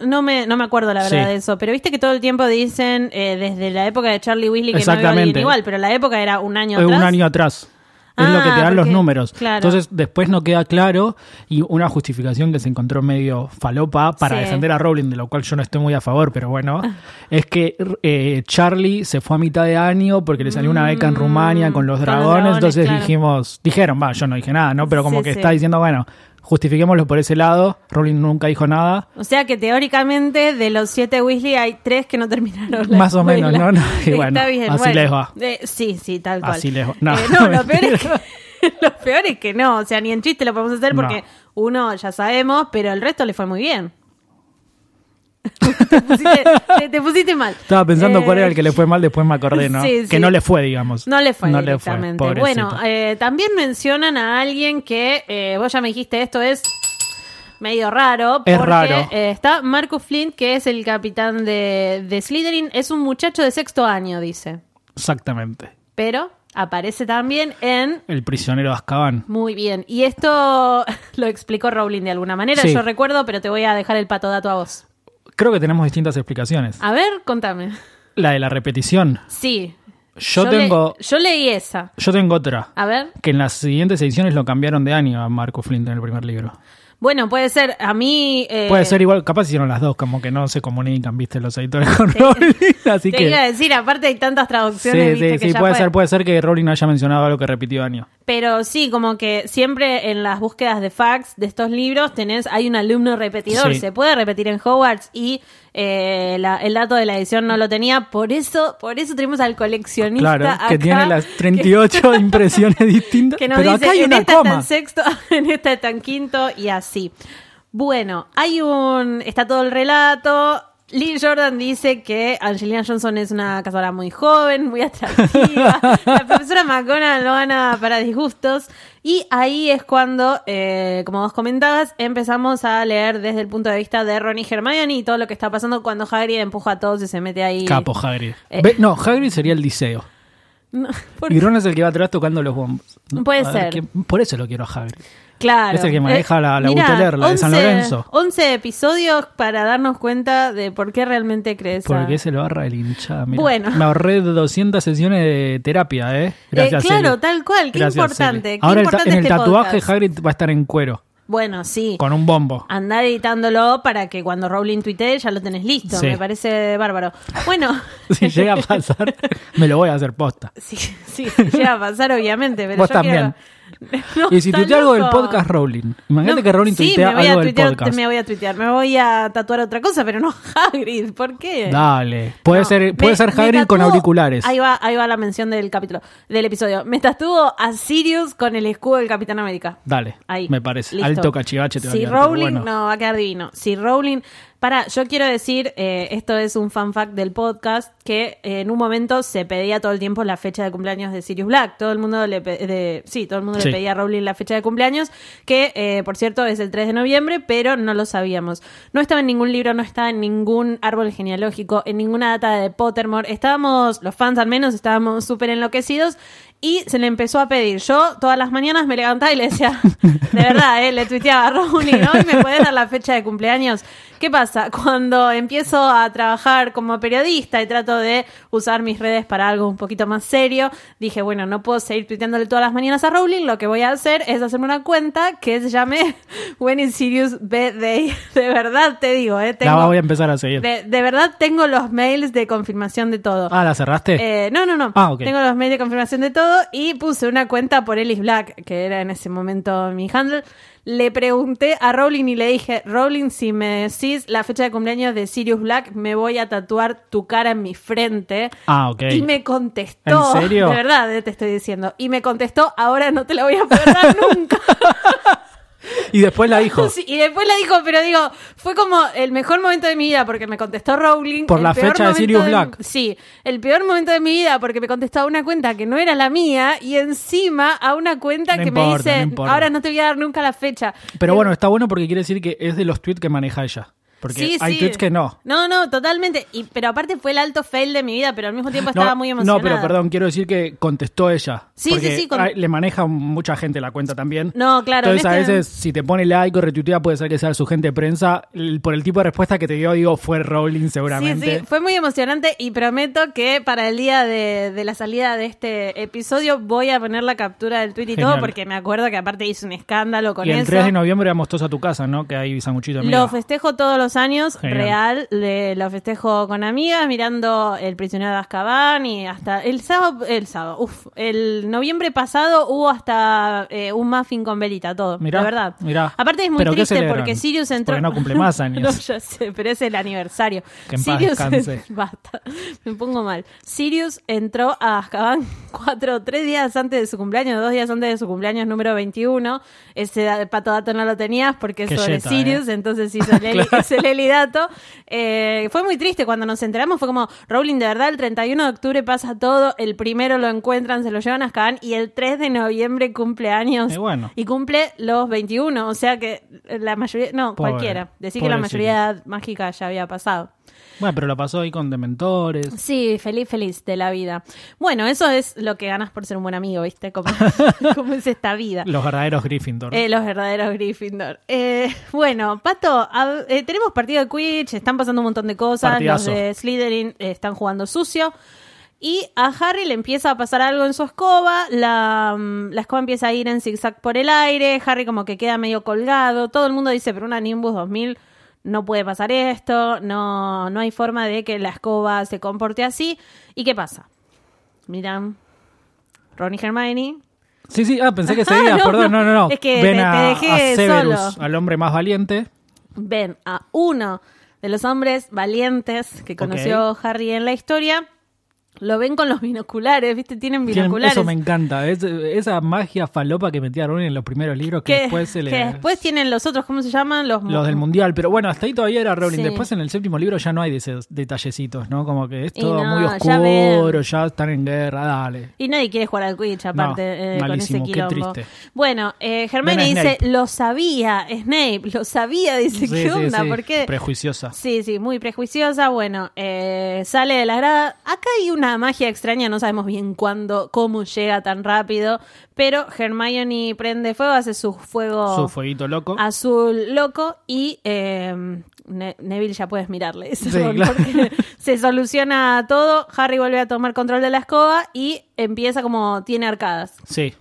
Speaker 1: No me, no me acuerdo la verdad
Speaker 2: Sí.
Speaker 1: de eso, pero viste que todo el tiempo dicen eh, desde la época de Charlie Weasley que no había alguien
Speaker 2: Exactamente.
Speaker 1: igual, pero la época era un año
Speaker 2: Eh,
Speaker 1: atrás.
Speaker 2: Un año atrás. Es lo que
Speaker 1: Ah,
Speaker 2: te dan los
Speaker 1: porque-
Speaker 2: números.
Speaker 1: claro.
Speaker 2: Entonces, después no queda claro. Y una justificación que se encontró medio falopa para
Speaker 1: Sí. Ah.
Speaker 2: defender a Rowling, de lo cual yo no estoy muy a favor, pero bueno, es que eh, Charlie se fue a mitad de año porque le salió una beca en Rumania con los
Speaker 1: Mm, con los
Speaker 2: dragones.
Speaker 1: dragones,
Speaker 2: entonces
Speaker 1: claro.
Speaker 2: dijimos, dijeron, va, yo no dije nada, ¿no? Pero como
Speaker 1: Sí,
Speaker 2: que
Speaker 1: sí.
Speaker 2: está diciendo, bueno, justifiquémoslo por ese lado. Rowling nunca dijo nada.
Speaker 1: O sea que teóricamente de los siete Weasley hay tres que no terminaron. la
Speaker 2: Más o menos,
Speaker 1: escuela.
Speaker 2: ¿no? No, y bueno,
Speaker 1: Está bien,
Speaker 2: así
Speaker 1: bueno.
Speaker 2: les va.
Speaker 1: Eh, sí, sí, tal cual.
Speaker 2: Así les va. No,
Speaker 1: Eh, no, lo,
Speaker 2: mentira.
Speaker 1: peor es que, lo peor es que no. O sea, ni en chiste lo podemos hacer porque
Speaker 2: No.
Speaker 1: uno ya sabemos, pero el resto le fue muy bien. te, pusiste, te- te pusiste mal.
Speaker 2: Estaba pensando
Speaker 1: Eh,
Speaker 2: cuál era el que le fue mal, después me acordé, ¿no?
Speaker 1: sí,
Speaker 2: Que
Speaker 1: sí.
Speaker 2: no le fue, digamos.
Speaker 1: No le fue directamente.
Speaker 2: pobrecito.
Speaker 1: bueno, eh, también mencionan a alguien que, eh, vos ya me dijiste, esto es medio raro.
Speaker 2: Es
Speaker 1: porque,
Speaker 2: raro.
Speaker 1: eh, está Marco Flint, que es el capitán de, de Slytherin. Es un muchacho de sexto año, dice.
Speaker 2: Exactamente.
Speaker 1: Pero aparece también en...
Speaker 2: El prisionero de Azkaban.
Speaker 1: Muy bien. Y esto lo explicó Rowling de alguna manera,
Speaker 2: Sí.
Speaker 1: yo recuerdo, pero te voy a dejar el pato dato a vos.
Speaker 2: Creo que tenemos distintas explicaciones.
Speaker 1: A ver, contame.
Speaker 2: La de la repetición.
Speaker 1: Sí.
Speaker 2: Yo,
Speaker 1: le-
Speaker 2: tengo,
Speaker 1: yo leí esa.
Speaker 2: yo tengo otra.
Speaker 1: A ver.
Speaker 2: Que en las siguientes ediciones lo cambiaron de año a Marco Flint en el primer libro.
Speaker 1: Bueno, puede ser. A mí... eh,
Speaker 2: Puede ser igual, capaz hicieron las dos, como que no se comunican, viste, los editores con Rowling. Así
Speaker 1: Te
Speaker 2: que.
Speaker 1: iba a decir, aparte hay tantas
Speaker 2: Sí,
Speaker 1: traducciones, viste,
Speaker 2: sí,
Speaker 1: que
Speaker 2: sí,
Speaker 1: ya
Speaker 2: puede
Speaker 1: fue.
Speaker 2: ser, puede ser que Rowling haya mencionado algo que repitió año.
Speaker 1: Pero sí, como que siempre en las búsquedas de facts de estos libros tenés, hay un alumno repetidor,
Speaker 2: Sí.
Speaker 1: se puede repetir en Hogwarts y eh, la- el dato de la edición no lo tenía, por eso, por eso tenemos al coleccionista
Speaker 2: Claro,
Speaker 1: acá,
Speaker 2: que tiene las 38 impresiones distintas.
Speaker 1: que nos
Speaker 2: pero
Speaker 1: dice,
Speaker 2: acá hay
Speaker 1: en
Speaker 2: una
Speaker 1: esta
Speaker 2: coma.
Speaker 1: está en sexto, en esta está en quinto y así. Bueno, hay un, está todo el relato. Lee Jordan dice que Angelina Johnson es una cazadora muy joven, muy atractiva. La profesora McGonagall no gana para disgustos. Y ahí es cuando, eh, como vos comentabas, empezamos a leer desde el punto de vista de Ron y Hermione y todo lo que está pasando cuando Hagrid empuja a todos y se mete ahí.
Speaker 2: Capo, Hagrid.
Speaker 1: Eh.
Speaker 2: Ve- No, Hagrid sería el liceo.
Speaker 1: No, por-
Speaker 2: Y Ron es el que va atrás tocando los bombos.
Speaker 1: Puede
Speaker 2: A ver
Speaker 1: ser.
Speaker 2: quién- por eso lo quiero a Hagrid.
Speaker 1: Claro. Eh,
Speaker 2: Es el Este que maneja la- la
Speaker 1: mirá,
Speaker 2: Buteler, la de San Lorenzo.
Speaker 1: 11 episodios para darnos cuenta de por qué realmente crees. a-
Speaker 2: Porque se lo barra el hinchada. mirá.
Speaker 1: Bueno.
Speaker 2: Me ahorré 200 sesiones de terapia, ¿eh? Gracias.
Speaker 1: Eh, claro,
Speaker 2: Celi.
Speaker 1: tal cual, qué
Speaker 2: Gracias,
Speaker 1: importante,
Speaker 2: Celi.
Speaker 1: qué
Speaker 2: Ahora el ta-
Speaker 1: importante
Speaker 2: en el
Speaker 1: este
Speaker 2: tatuaje
Speaker 1: podcast.
Speaker 2: Hagrid va a estar en cuero,
Speaker 1: Bueno, sí. Ah.
Speaker 2: con un bombo.
Speaker 1: Andá editándolo para que cuando Rowling tuitee ya lo tenés listo.
Speaker 2: Sí.
Speaker 1: Me parece bárbaro. Bueno.
Speaker 2: Si llega a pasar, me lo voy a hacer posta.
Speaker 1: Sí, sí, sí, llega a pasar, obviamente. Pero
Speaker 2: Vos
Speaker 1: yo quiero-
Speaker 2: también.
Speaker 1: No,
Speaker 2: Y si
Speaker 1: está
Speaker 2: tuitea algo del
Speaker 1: loco.
Speaker 2: podcast Rowling. Imagínate
Speaker 1: No,
Speaker 2: que Rowling
Speaker 1: sí,
Speaker 2: tuitea
Speaker 1: me voy a
Speaker 2: algo del
Speaker 1: tuitear,
Speaker 2: podcast.
Speaker 1: Me voy a tuitear, me voy a tatuar otra cosa, pero no Hagrid, ¿por qué?
Speaker 2: Dale. Puede
Speaker 1: No,
Speaker 2: ser, puede
Speaker 1: me-
Speaker 2: ser
Speaker 1: me
Speaker 2: Hagrid con
Speaker 1: tatúo-
Speaker 2: auriculares.
Speaker 1: Ahí va, ahí va la mención del capítulo, del episodio. Me tatúo a Sirius con el escudo del Capitán América.
Speaker 2: Dale.
Speaker 1: Ahí.
Speaker 2: Me parece.
Speaker 1: Listo.
Speaker 2: Alto cachivache te va a
Speaker 1: Si
Speaker 2: quedar, pero
Speaker 1: Rowling,
Speaker 2: bueno.
Speaker 1: no, va a quedar divino. Si Rowling. Para, yo quiero decir, eh, esto es un fan fact del podcast, que eh, en un momento se pedía todo el tiempo la fecha de cumpleaños de Sirius Black. Todo el mundo le, pe- de- sí, todo el mundo
Speaker 2: Sí.
Speaker 1: le pedía a Rowling la fecha de cumpleaños, que eh, por cierto es el 3 de noviembre, pero no lo sabíamos. No estaba en ningún libro, no estaba en ningún árbol genealógico, en ninguna data de Pottermore. Estábamos, los fans al menos, estábamos súper enloquecidos y se le empezó a pedir. Yo todas las mañanas me levantaba y le decía, de verdad, eh, le tuiteaba a Rowling, hoy me puedes dar la fecha de cumpleaños. ¿Qué pasa? Cuando empiezo a trabajar como periodista y trato de usar mis redes para algo un poquito más serio, dije, bueno, no puedo seguir tuiteándole todas las mañanas a Rowling, lo que voy a hacer es hacerme una cuenta que se llame When in Sirius Bad Day. De verdad te digo, eh, tengo-
Speaker 2: La voy a empezar a seguir.
Speaker 1: de, de verdad tengo los mails de confirmación de todo.
Speaker 2: Ah, ¿la cerraste?
Speaker 1: Eh, no, no, no.
Speaker 2: Ah, ok.
Speaker 1: Tengo los mails de confirmación de todo y puse una cuenta por Ellis Black, que era en ese momento mi handle. Le pregunté a Rowling y le dije, Rowling, si me decís la fecha de cumpleaños de Sirius Black, me voy a tatuar tu cara en mi frente.
Speaker 2: ah, ok.
Speaker 1: Y me contestó,
Speaker 2: ¿En serio?
Speaker 1: de verdad eh, te estoy diciendo, y me contestó, ahora no te la voy a poder dar nunca.
Speaker 2: Y después la dijo.
Speaker 1: Sí, y después la dijo, pero digo, fue como el mejor momento de mi vida porque me contestó Rowling.
Speaker 2: Por
Speaker 1: el
Speaker 2: la
Speaker 1: peor
Speaker 2: fecha de
Speaker 1: momento
Speaker 2: Sirius Black.
Speaker 1: Sí, el peor momento de mi vida porque me contestó a una cuenta que no era la mía y encima a una cuenta
Speaker 2: No
Speaker 1: que me
Speaker 2: importa, no
Speaker 1: dice,
Speaker 2: importa.
Speaker 1: ahora no te voy a dar nunca la fecha.
Speaker 2: Pero bueno, está bueno porque quiere decir que es de los tweets que maneja ella. Porque
Speaker 1: Sí,
Speaker 2: hay
Speaker 1: sí.
Speaker 2: tweets que no.
Speaker 1: No, no, totalmente. Y, pero aparte fue el alto fail de mi vida, pero al mismo tiempo
Speaker 2: No,
Speaker 1: estaba muy emocionada.
Speaker 2: No, pero perdón, quiero decir que contestó ella.
Speaker 1: Sí,
Speaker 2: porque
Speaker 1: sí, sí, con-
Speaker 2: hay- Le maneja mucha gente la cuenta también.
Speaker 1: No, claro, en
Speaker 2: Entonces, a
Speaker 1: este-
Speaker 2: veces, si te pone like o retuitea, puede ser que sea su gente de prensa. El- por el tipo de respuesta que te dio, digo, fue Rowling seguramente.
Speaker 1: Sí, sí, fue muy emocionante y prometo que para el día de, de la salida de este episodio voy a poner la captura del tweet y
Speaker 2: Genial.
Speaker 1: todo porque me acuerdo que aparte hice un escándalo con
Speaker 2: y el
Speaker 1: eso.
Speaker 2: 3 de noviembre vamos todos a tu casa, ¿no? Que hay sanguchito de miga.
Speaker 1: Lo festejo todos los años,
Speaker 2: Genial.
Speaker 1: real, le- lo festejo con amigas, mirando El prisionero de Azkaban y hasta el sábado, el sábado, uf, el noviembre pasado hubo hasta eh, un muffin con velita, todo,
Speaker 2: Mirá,
Speaker 1: la verdad.
Speaker 2: mirá.
Speaker 1: Aparte es muy
Speaker 2: ¿Pero qué
Speaker 1: triste
Speaker 2: celebran?
Speaker 1: porque Sirius entró...
Speaker 2: Porque no cumple más años.
Speaker 1: No, ya sé, pero es el aniversario.
Speaker 2: Que en paz descanse.
Speaker 1: Basta, me pongo mal. Sirius entró a Azkaban cuatro, tres días antes de su cumpleaños, dos días antes de su cumpleaños número 21. Ese da- pato dato no lo tenías porque es
Speaker 2: Qué
Speaker 1: sobre
Speaker 2: yeta, ¿eh?
Speaker 1: Sirius, entonces hizo el, Eli- es el Eli dato. Eh, fue muy triste cuando nos enteramos, fue como, Rowling, de verdad, el 31 de octubre pasa todo, el primero lo encuentran, se lo llevan a Azkaban y el 3 de noviembre cumple años.
Speaker 2: Eh, bueno.
Speaker 1: Y cumple los 21, o sea que la mayoría, no,
Speaker 2: Pobre,
Speaker 1: cualquiera. Decir que
Speaker 2: pobre
Speaker 1: la mayoría de edad mágica ya había pasado.
Speaker 2: Bueno, pero lo pasó ahí con dementores.
Speaker 1: Sí, feliz, feliz de la vida. Bueno, eso es lo que ganas por ser un buen amigo, ¿viste? Como, como es esta vida.
Speaker 2: Los verdaderos Gryffindor.
Speaker 1: Eh, los verdaderos Gryffindor. Eh, bueno, Pato, a- eh, tenemos partido de Quidditch, están pasando un montón de cosas,
Speaker 2: Partidazo.
Speaker 1: los de Slytherin eh, están jugando sucio. Y a Harry le empieza a pasar algo en su escoba, la, mm, la escoba empieza a ir en zigzag por el aire, Harry como que queda medio colgado, todo el mundo dice, pero una Nimbus 2000 no puede pasar esto, no, no hay forma de que la escoba se comporte así. ¿Y qué pasa? Miran, Ron y Hermione
Speaker 2: Sí, sí, ah, pensé que
Speaker 1: Ajá,
Speaker 2: seguías,
Speaker 1: no,
Speaker 2: perdón, no, no, no.
Speaker 1: es que
Speaker 2: Ven
Speaker 1: te- te
Speaker 2: a,
Speaker 1: dejé
Speaker 2: a Severus,
Speaker 1: solo.
Speaker 2: al hombre más valiente.
Speaker 1: ven a uno de los hombres valientes que conoció Harry en la historia. Lo ven con los binoculares, ¿viste? Tienen
Speaker 2: Tienen-
Speaker 1: binoculares.
Speaker 2: Eso me encanta. Es- esa magia falopa que metía Rowling en los primeros libros que,
Speaker 1: que,
Speaker 2: después se le.
Speaker 1: que después tienen los otros, ¿cómo se llaman? Los,
Speaker 2: Los del mundial, pero bueno, hasta ahí todavía era Rowling.
Speaker 1: Sí.
Speaker 2: Después en el séptimo libro ya no hay de esos detallecitos, ¿no? Como que es
Speaker 1: Y
Speaker 2: todo
Speaker 1: no,
Speaker 2: muy
Speaker 1: ya ven.
Speaker 2: oscuro, ya, están en guerra, dale.
Speaker 1: Y nadie quiere jugar al Quidditch aparte
Speaker 2: No,
Speaker 1: eh,
Speaker 2: malísimo,
Speaker 1: con
Speaker 2: qué
Speaker 1: ese quilombo.
Speaker 2: triste.
Speaker 1: Bueno, eh, Hermione
Speaker 2: Ven a
Speaker 1: dice,
Speaker 2: Snape.
Speaker 1: lo sabía, Snape, lo sabía, dice,
Speaker 2: Sí,
Speaker 1: ¿qué
Speaker 2: sí,
Speaker 1: onda?
Speaker 2: sí,
Speaker 1: ¿Por qué?
Speaker 2: Prejuiciosa.
Speaker 1: Sí, sí, muy prejuiciosa. Bueno, eh, sale de la grada. Acá hay una magia extraña, no sabemos bien cuándo, cómo llega tan rápido, pero Hermione prende fuego, hace su fuego
Speaker 2: Su fueguito loco.
Speaker 1: Ah. azul loco y eh, Ne- Neville ya puedes mirarle. eso,
Speaker 2: Sí,
Speaker 1: ¿no?
Speaker 2: claro.
Speaker 1: Porque se soluciona todo, Harry vuelve a tomar control de la escoba y empieza como tiene arcadas.
Speaker 2: Sí.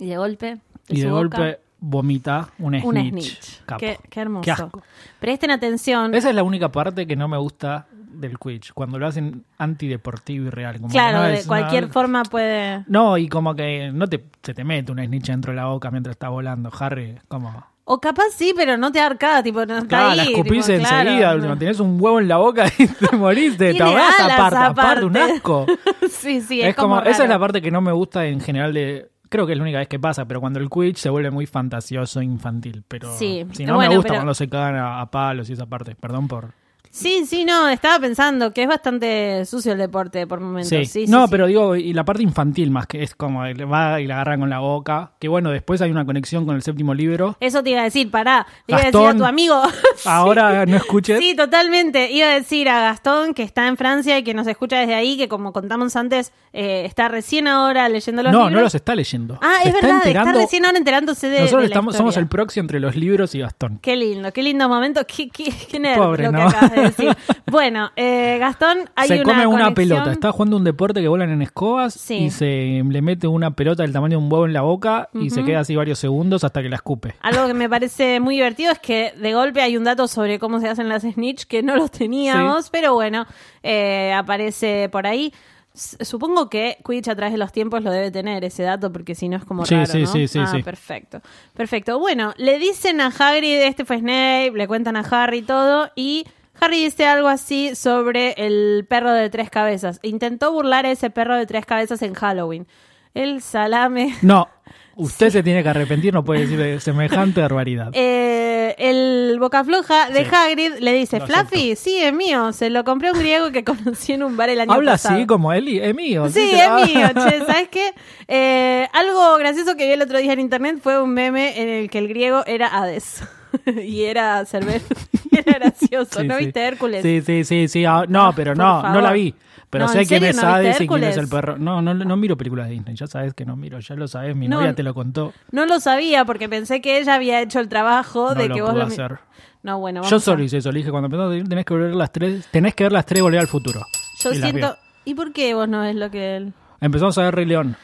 Speaker 1: Y de golpe... de
Speaker 2: Y de
Speaker 1: su boca,
Speaker 2: golpe vomita un snitch.
Speaker 1: Un snitch.
Speaker 2: Capo.
Speaker 1: Qué, qué hermoso.
Speaker 2: Qué asco.
Speaker 1: Presten atención.
Speaker 2: Esa es la única parte que no me gusta del Quidditch, cuando lo hacen antideportivo y real. Como
Speaker 1: Claro,
Speaker 2: que no,
Speaker 1: de
Speaker 2: es una-
Speaker 1: cualquier forma puede.
Speaker 2: No, y como que no te, se te mete una snitch dentro de la boca mientras está volando, Harry, como...
Speaker 1: O capaz sí, pero no te arcada, tipo, no está
Speaker 2: Claro,
Speaker 1: ahí.
Speaker 2: la escupís
Speaker 1: tipo, claro,
Speaker 2: enseguida,
Speaker 1: no.
Speaker 2: último, tenés un huevo en la boca y te moriste, te
Speaker 1: Tiene
Speaker 2: ahogás
Speaker 1: alas
Speaker 2: aparte, aparte, un
Speaker 1: aparte.
Speaker 2: asco.
Speaker 1: sí, sí, es,
Speaker 2: es como, esa es
Speaker 1: raro.
Speaker 2: la parte que no me gusta en general de... Creo que es la única vez que pasa, pero cuando el Quidditch se vuelve muy fantasioso, infantil. Pero
Speaker 1: Sí,
Speaker 2: si no
Speaker 1: bueno,
Speaker 2: me gusta
Speaker 1: pero-
Speaker 2: cuando se cagan a, a palos y esa parte. Perdón por...
Speaker 1: Sí, sí, no, estaba pensando que es bastante sucio el deporte por momentos. Sí, sí,
Speaker 2: no,
Speaker 1: sí.
Speaker 2: pero digo, y la parte infantil más que es como el- va y la agarran con la boca. Que bueno, después hay una conexión con el séptimo libro.
Speaker 1: Eso te iba a decir, pará. Le iba a decir a
Speaker 2: Gastón.
Speaker 1: tu amigo.
Speaker 2: Ahora no escuches.
Speaker 1: Sí, totalmente. Iba a decir a Gastón, que está en Francia y que nos escucha desde ahí, que como contamos antes, eh, está recién ahora leyendo los
Speaker 2: no,
Speaker 1: libros.
Speaker 2: no los está leyendo.
Speaker 1: Ah,
Speaker 2: Se
Speaker 1: es
Speaker 2: está
Speaker 1: verdad,
Speaker 2: enterando-
Speaker 1: está recién ahora enterándose de,
Speaker 2: Nosotros
Speaker 1: de la
Speaker 2: estamos, somos
Speaker 1: historia.
Speaker 2: el proxy entre los libros y Gastón.
Speaker 1: Qué lindo, qué lindo momento. Qué, qué, qué nerd
Speaker 2: Pobre,
Speaker 1: lo que
Speaker 2: ¿no?
Speaker 1: acabas de decir. Bueno, eh, Gastón, hay
Speaker 2: se
Speaker 1: una
Speaker 2: come una
Speaker 1: conexión-
Speaker 2: pelota. Está jugando un deporte que vuelan en escobas
Speaker 1: Sí.
Speaker 2: y se le mete una pelota del tamaño de un huevo en la boca y se queda así varios segundos hasta que la escupe.
Speaker 1: Algo que me parece muy divertido es que de golpe hay un dato sobre cómo se hacen las snitch que no los teníamos, pero bueno, eh, aparece por ahí. S- Supongo que Quidditch atrás de los tiempos lo debe tener ese dato porque si no es como
Speaker 2: Sí,
Speaker 1: raro,
Speaker 2: sí,
Speaker 1: ¿no?
Speaker 2: sí, sí,
Speaker 1: Ah,
Speaker 2: sí.
Speaker 1: perfecto. Perfecto. Bueno, le dicen a Hagrid, este fue Snape, le cuentan a Harry todo y Harry dice algo así sobre el perro de tres cabezas. Intentó burlar a ese perro de tres cabezas en Halloween. El salame.
Speaker 2: No, usted se tiene que arrepentir, no puede decir de semejante barbaridad.
Speaker 1: Eh, el boca floja de
Speaker 2: Sí.
Speaker 1: Hagrid le dice,
Speaker 2: Lo acepto.
Speaker 1: Fluffy, sí, es mío. Se lo compré a un griego que conocí en un bar el año
Speaker 2: Habla
Speaker 1: pasado.
Speaker 2: así como él y es mío. Ah.
Speaker 1: Sí,
Speaker 2: dice-
Speaker 1: es mío, che, ¿sabes qué? Eh, algo gracioso que vi el otro día en internet fue un meme en el que el griego era Hades. y era cerveza. era gracioso,
Speaker 2: Sí,
Speaker 1: ¿no
Speaker 2: sí.
Speaker 1: viste Hércules?
Speaker 2: Sí, sí, sí, sí. ah, no,
Speaker 1: Ah,
Speaker 2: pero
Speaker 1: por
Speaker 2: no, no
Speaker 1: favor.
Speaker 2: la vi. Pero
Speaker 1: No,
Speaker 2: sé
Speaker 1: ¿en
Speaker 2: quién
Speaker 1: serio
Speaker 2: es
Speaker 1: no viste
Speaker 2: Hades y quién
Speaker 1: Hércules?
Speaker 2: es el perro. No, no, no miro películas de Disney. Ya sabes que no miro, ya lo sabes. Mi
Speaker 1: No,
Speaker 2: novia te lo contó.
Speaker 1: No lo sabía porque pensé que ella había hecho el trabajo
Speaker 2: No
Speaker 1: de
Speaker 2: lo
Speaker 1: que vos
Speaker 2: pude
Speaker 1: lo... mi-
Speaker 2: hacer.
Speaker 1: No, bueno,
Speaker 2: Yo
Speaker 1: vamos a-
Speaker 2: solo hice eso. Le dije cuando empezó, tenés que ver las tres, tenés que ver las tres y volver al futuro.
Speaker 1: Yo
Speaker 2: Y las
Speaker 1: siento...
Speaker 2: vi.
Speaker 1: ¿Y por qué vos no ves lo que él...?
Speaker 2: Empezamos a ver Rey León.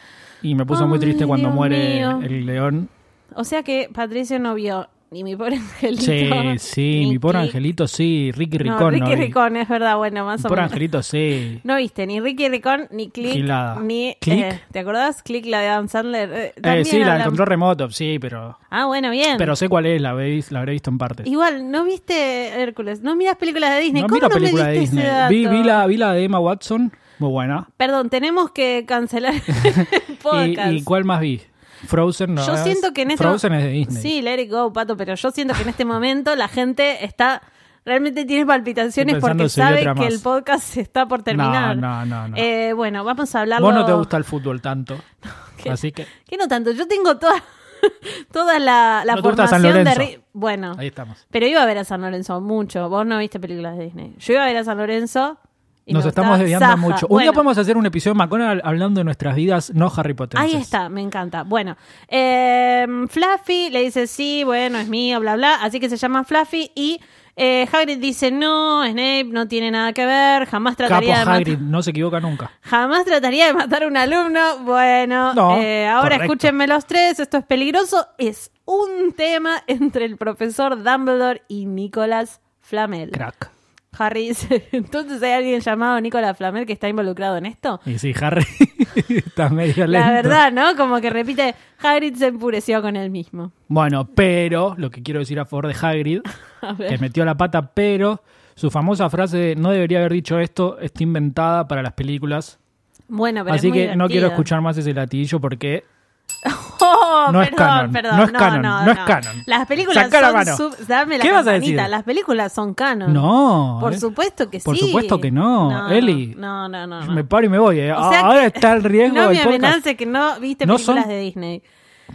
Speaker 2: Y me puso muy
Speaker 1: Ay,
Speaker 2: triste cuando
Speaker 1: Dios
Speaker 2: muere
Speaker 1: mío.
Speaker 2: el león.
Speaker 1: O sea que Patricio no vio ni mi pobre angelito.
Speaker 2: Sí, sí,
Speaker 1: ni
Speaker 2: mi pobre
Speaker 1: Click.
Speaker 2: angelito, sí. Ricky
Speaker 1: No,
Speaker 2: Ricón, no
Speaker 1: Ricky
Speaker 2: vi.
Speaker 1: Ricón, es verdad, bueno, más
Speaker 2: Mi
Speaker 1: o
Speaker 2: pobre
Speaker 1: menos.
Speaker 2: angelito, sí.
Speaker 1: No viste ni Ricky Ricón, ni Click,
Speaker 2: Gilada.
Speaker 1: ni...
Speaker 2: ¿Click?
Speaker 1: eh, ¿Te acordás? Click, la de Adam Sandler. eh,
Speaker 2: Eh,
Speaker 1: también
Speaker 2: sí, la
Speaker 1: hablan-
Speaker 2: encontró remoto, sí, pero.
Speaker 1: Ah, bueno, bien.
Speaker 2: Pero sé cuál es, la, veis, la habré visto en partes.
Speaker 1: Igual, ¿no viste Hércules? ¿No miras películas de Disney?
Speaker 2: No
Speaker 1: ¿Cómo
Speaker 2: miro
Speaker 1: no me
Speaker 2: películas de
Speaker 1: diste ese
Speaker 2: Disney.
Speaker 1: dato?
Speaker 2: Vi, vi la, vi la de Emma Watson, muy buena.
Speaker 1: Perdón, tenemos que cancelar el
Speaker 2: Y,
Speaker 1: podcast.
Speaker 2: y cuál más vi? Frozen, no.
Speaker 1: yo
Speaker 2: es-
Speaker 1: siento que en este
Speaker 2: Frozen
Speaker 1: mo-
Speaker 2: es de Disney.
Speaker 1: Sí, let it go, pato, pero yo siento que en este momento la gente está realmente tiene palpitaciones
Speaker 2: Estoy pensando
Speaker 1: porque
Speaker 2: si hay
Speaker 1: sabe
Speaker 2: otra
Speaker 1: que
Speaker 2: más.
Speaker 1: el podcast está por terminar.
Speaker 2: No, no, no, no.
Speaker 1: Eh, bueno, vamos a hablar
Speaker 2: Vos no te gusta el fútbol tanto.
Speaker 1: ¿Qué?
Speaker 2: Así que
Speaker 1: Que no tanto, yo tengo toda toda la, la
Speaker 2: No te gusta San
Speaker 1: formación de
Speaker 2: Lorenzo.
Speaker 1: ri- bueno,
Speaker 2: ahí estamos.
Speaker 1: pero iba a ver a San Lorenzo mucho. Vos no viste películas de Disney. Yo iba a ver a San Lorenzo y
Speaker 2: Nos
Speaker 1: me
Speaker 2: estamos
Speaker 1: gustaba
Speaker 2: desviando
Speaker 1: Saja.
Speaker 2: mucho. Un
Speaker 1: Bueno,
Speaker 2: día podemos hacer un episodio de McConnell hablando de nuestras vidas, no Harry Potter.
Speaker 1: Ahí está, me encanta. Bueno, eh, Fluffy le dice sí, bueno, es mío, bla, bla. Así que se llama Fluffy y eh, Hagrid dice no, Snape no tiene nada que ver, jamás
Speaker 2: Capo
Speaker 1: trataría de matar-
Speaker 2: Hagrid, no se equivoca nunca.
Speaker 1: Jamás trataría de matar a un alumno. Bueno,
Speaker 2: No,
Speaker 1: eh, ahora
Speaker 2: correcto.
Speaker 1: escúchenme los tres, esto es peligroso. Es un tema entre el profesor Dumbledore y Nicolás Flamel.
Speaker 2: Crack.
Speaker 1: Harry dice, entonces hay alguien llamado Nicolás Flamel que está involucrado en esto.
Speaker 2: Y sí, Harry está medio lento.
Speaker 1: La verdad, ¿no? Como que repite, Hagrid se enfureció con él mismo.
Speaker 2: Bueno, pero lo que quiero decir a favor de Hagrid,
Speaker 1: A ver.
Speaker 2: que metió la pata, pero su famosa frase de no debería haber dicho esto está inventada para las películas.
Speaker 1: Bueno, pero es
Speaker 2: Así que
Speaker 1: muy
Speaker 2: no quiero
Speaker 1: divertida.
Speaker 2: escuchar más ese latillo porque
Speaker 1: Oh,
Speaker 2: No es
Speaker 1: perdón,
Speaker 2: canon,
Speaker 1: perdón.
Speaker 2: no es canon, no es canon.
Speaker 1: Las películas
Speaker 2: Sacá la
Speaker 1: son
Speaker 2: mano.
Speaker 1: sub- dame la
Speaker 2: ¿Qué vas a
Speaker 1: campanita,
Speaker 2: decir?
Speaker 1: Las películas son canon.
Speaker 2: no.
Speaker 1: Por
Speaker 2: eh.
Speaker 1: supuesto que
Speaker 2: Por
Speaker 1: sí.
Speaker 2: supuesto que no, Eli.
Speaker 1: No, no, no. no.
Speaker 2: Me paro y me voy. eh.
Speaker 1: O sea
Speaker 2: Ahora
Speaker 1: que-
Speaker 2: está el riesgo
Speaker 1: No
Speaker 2: del
Speaker 1: me
Speaker 2: podcast.
Speaker 1: amenaces que no viste
Speaker 2: No
Speaker 1: películas
Speaker 2: son-
Speaker 1: de Disney.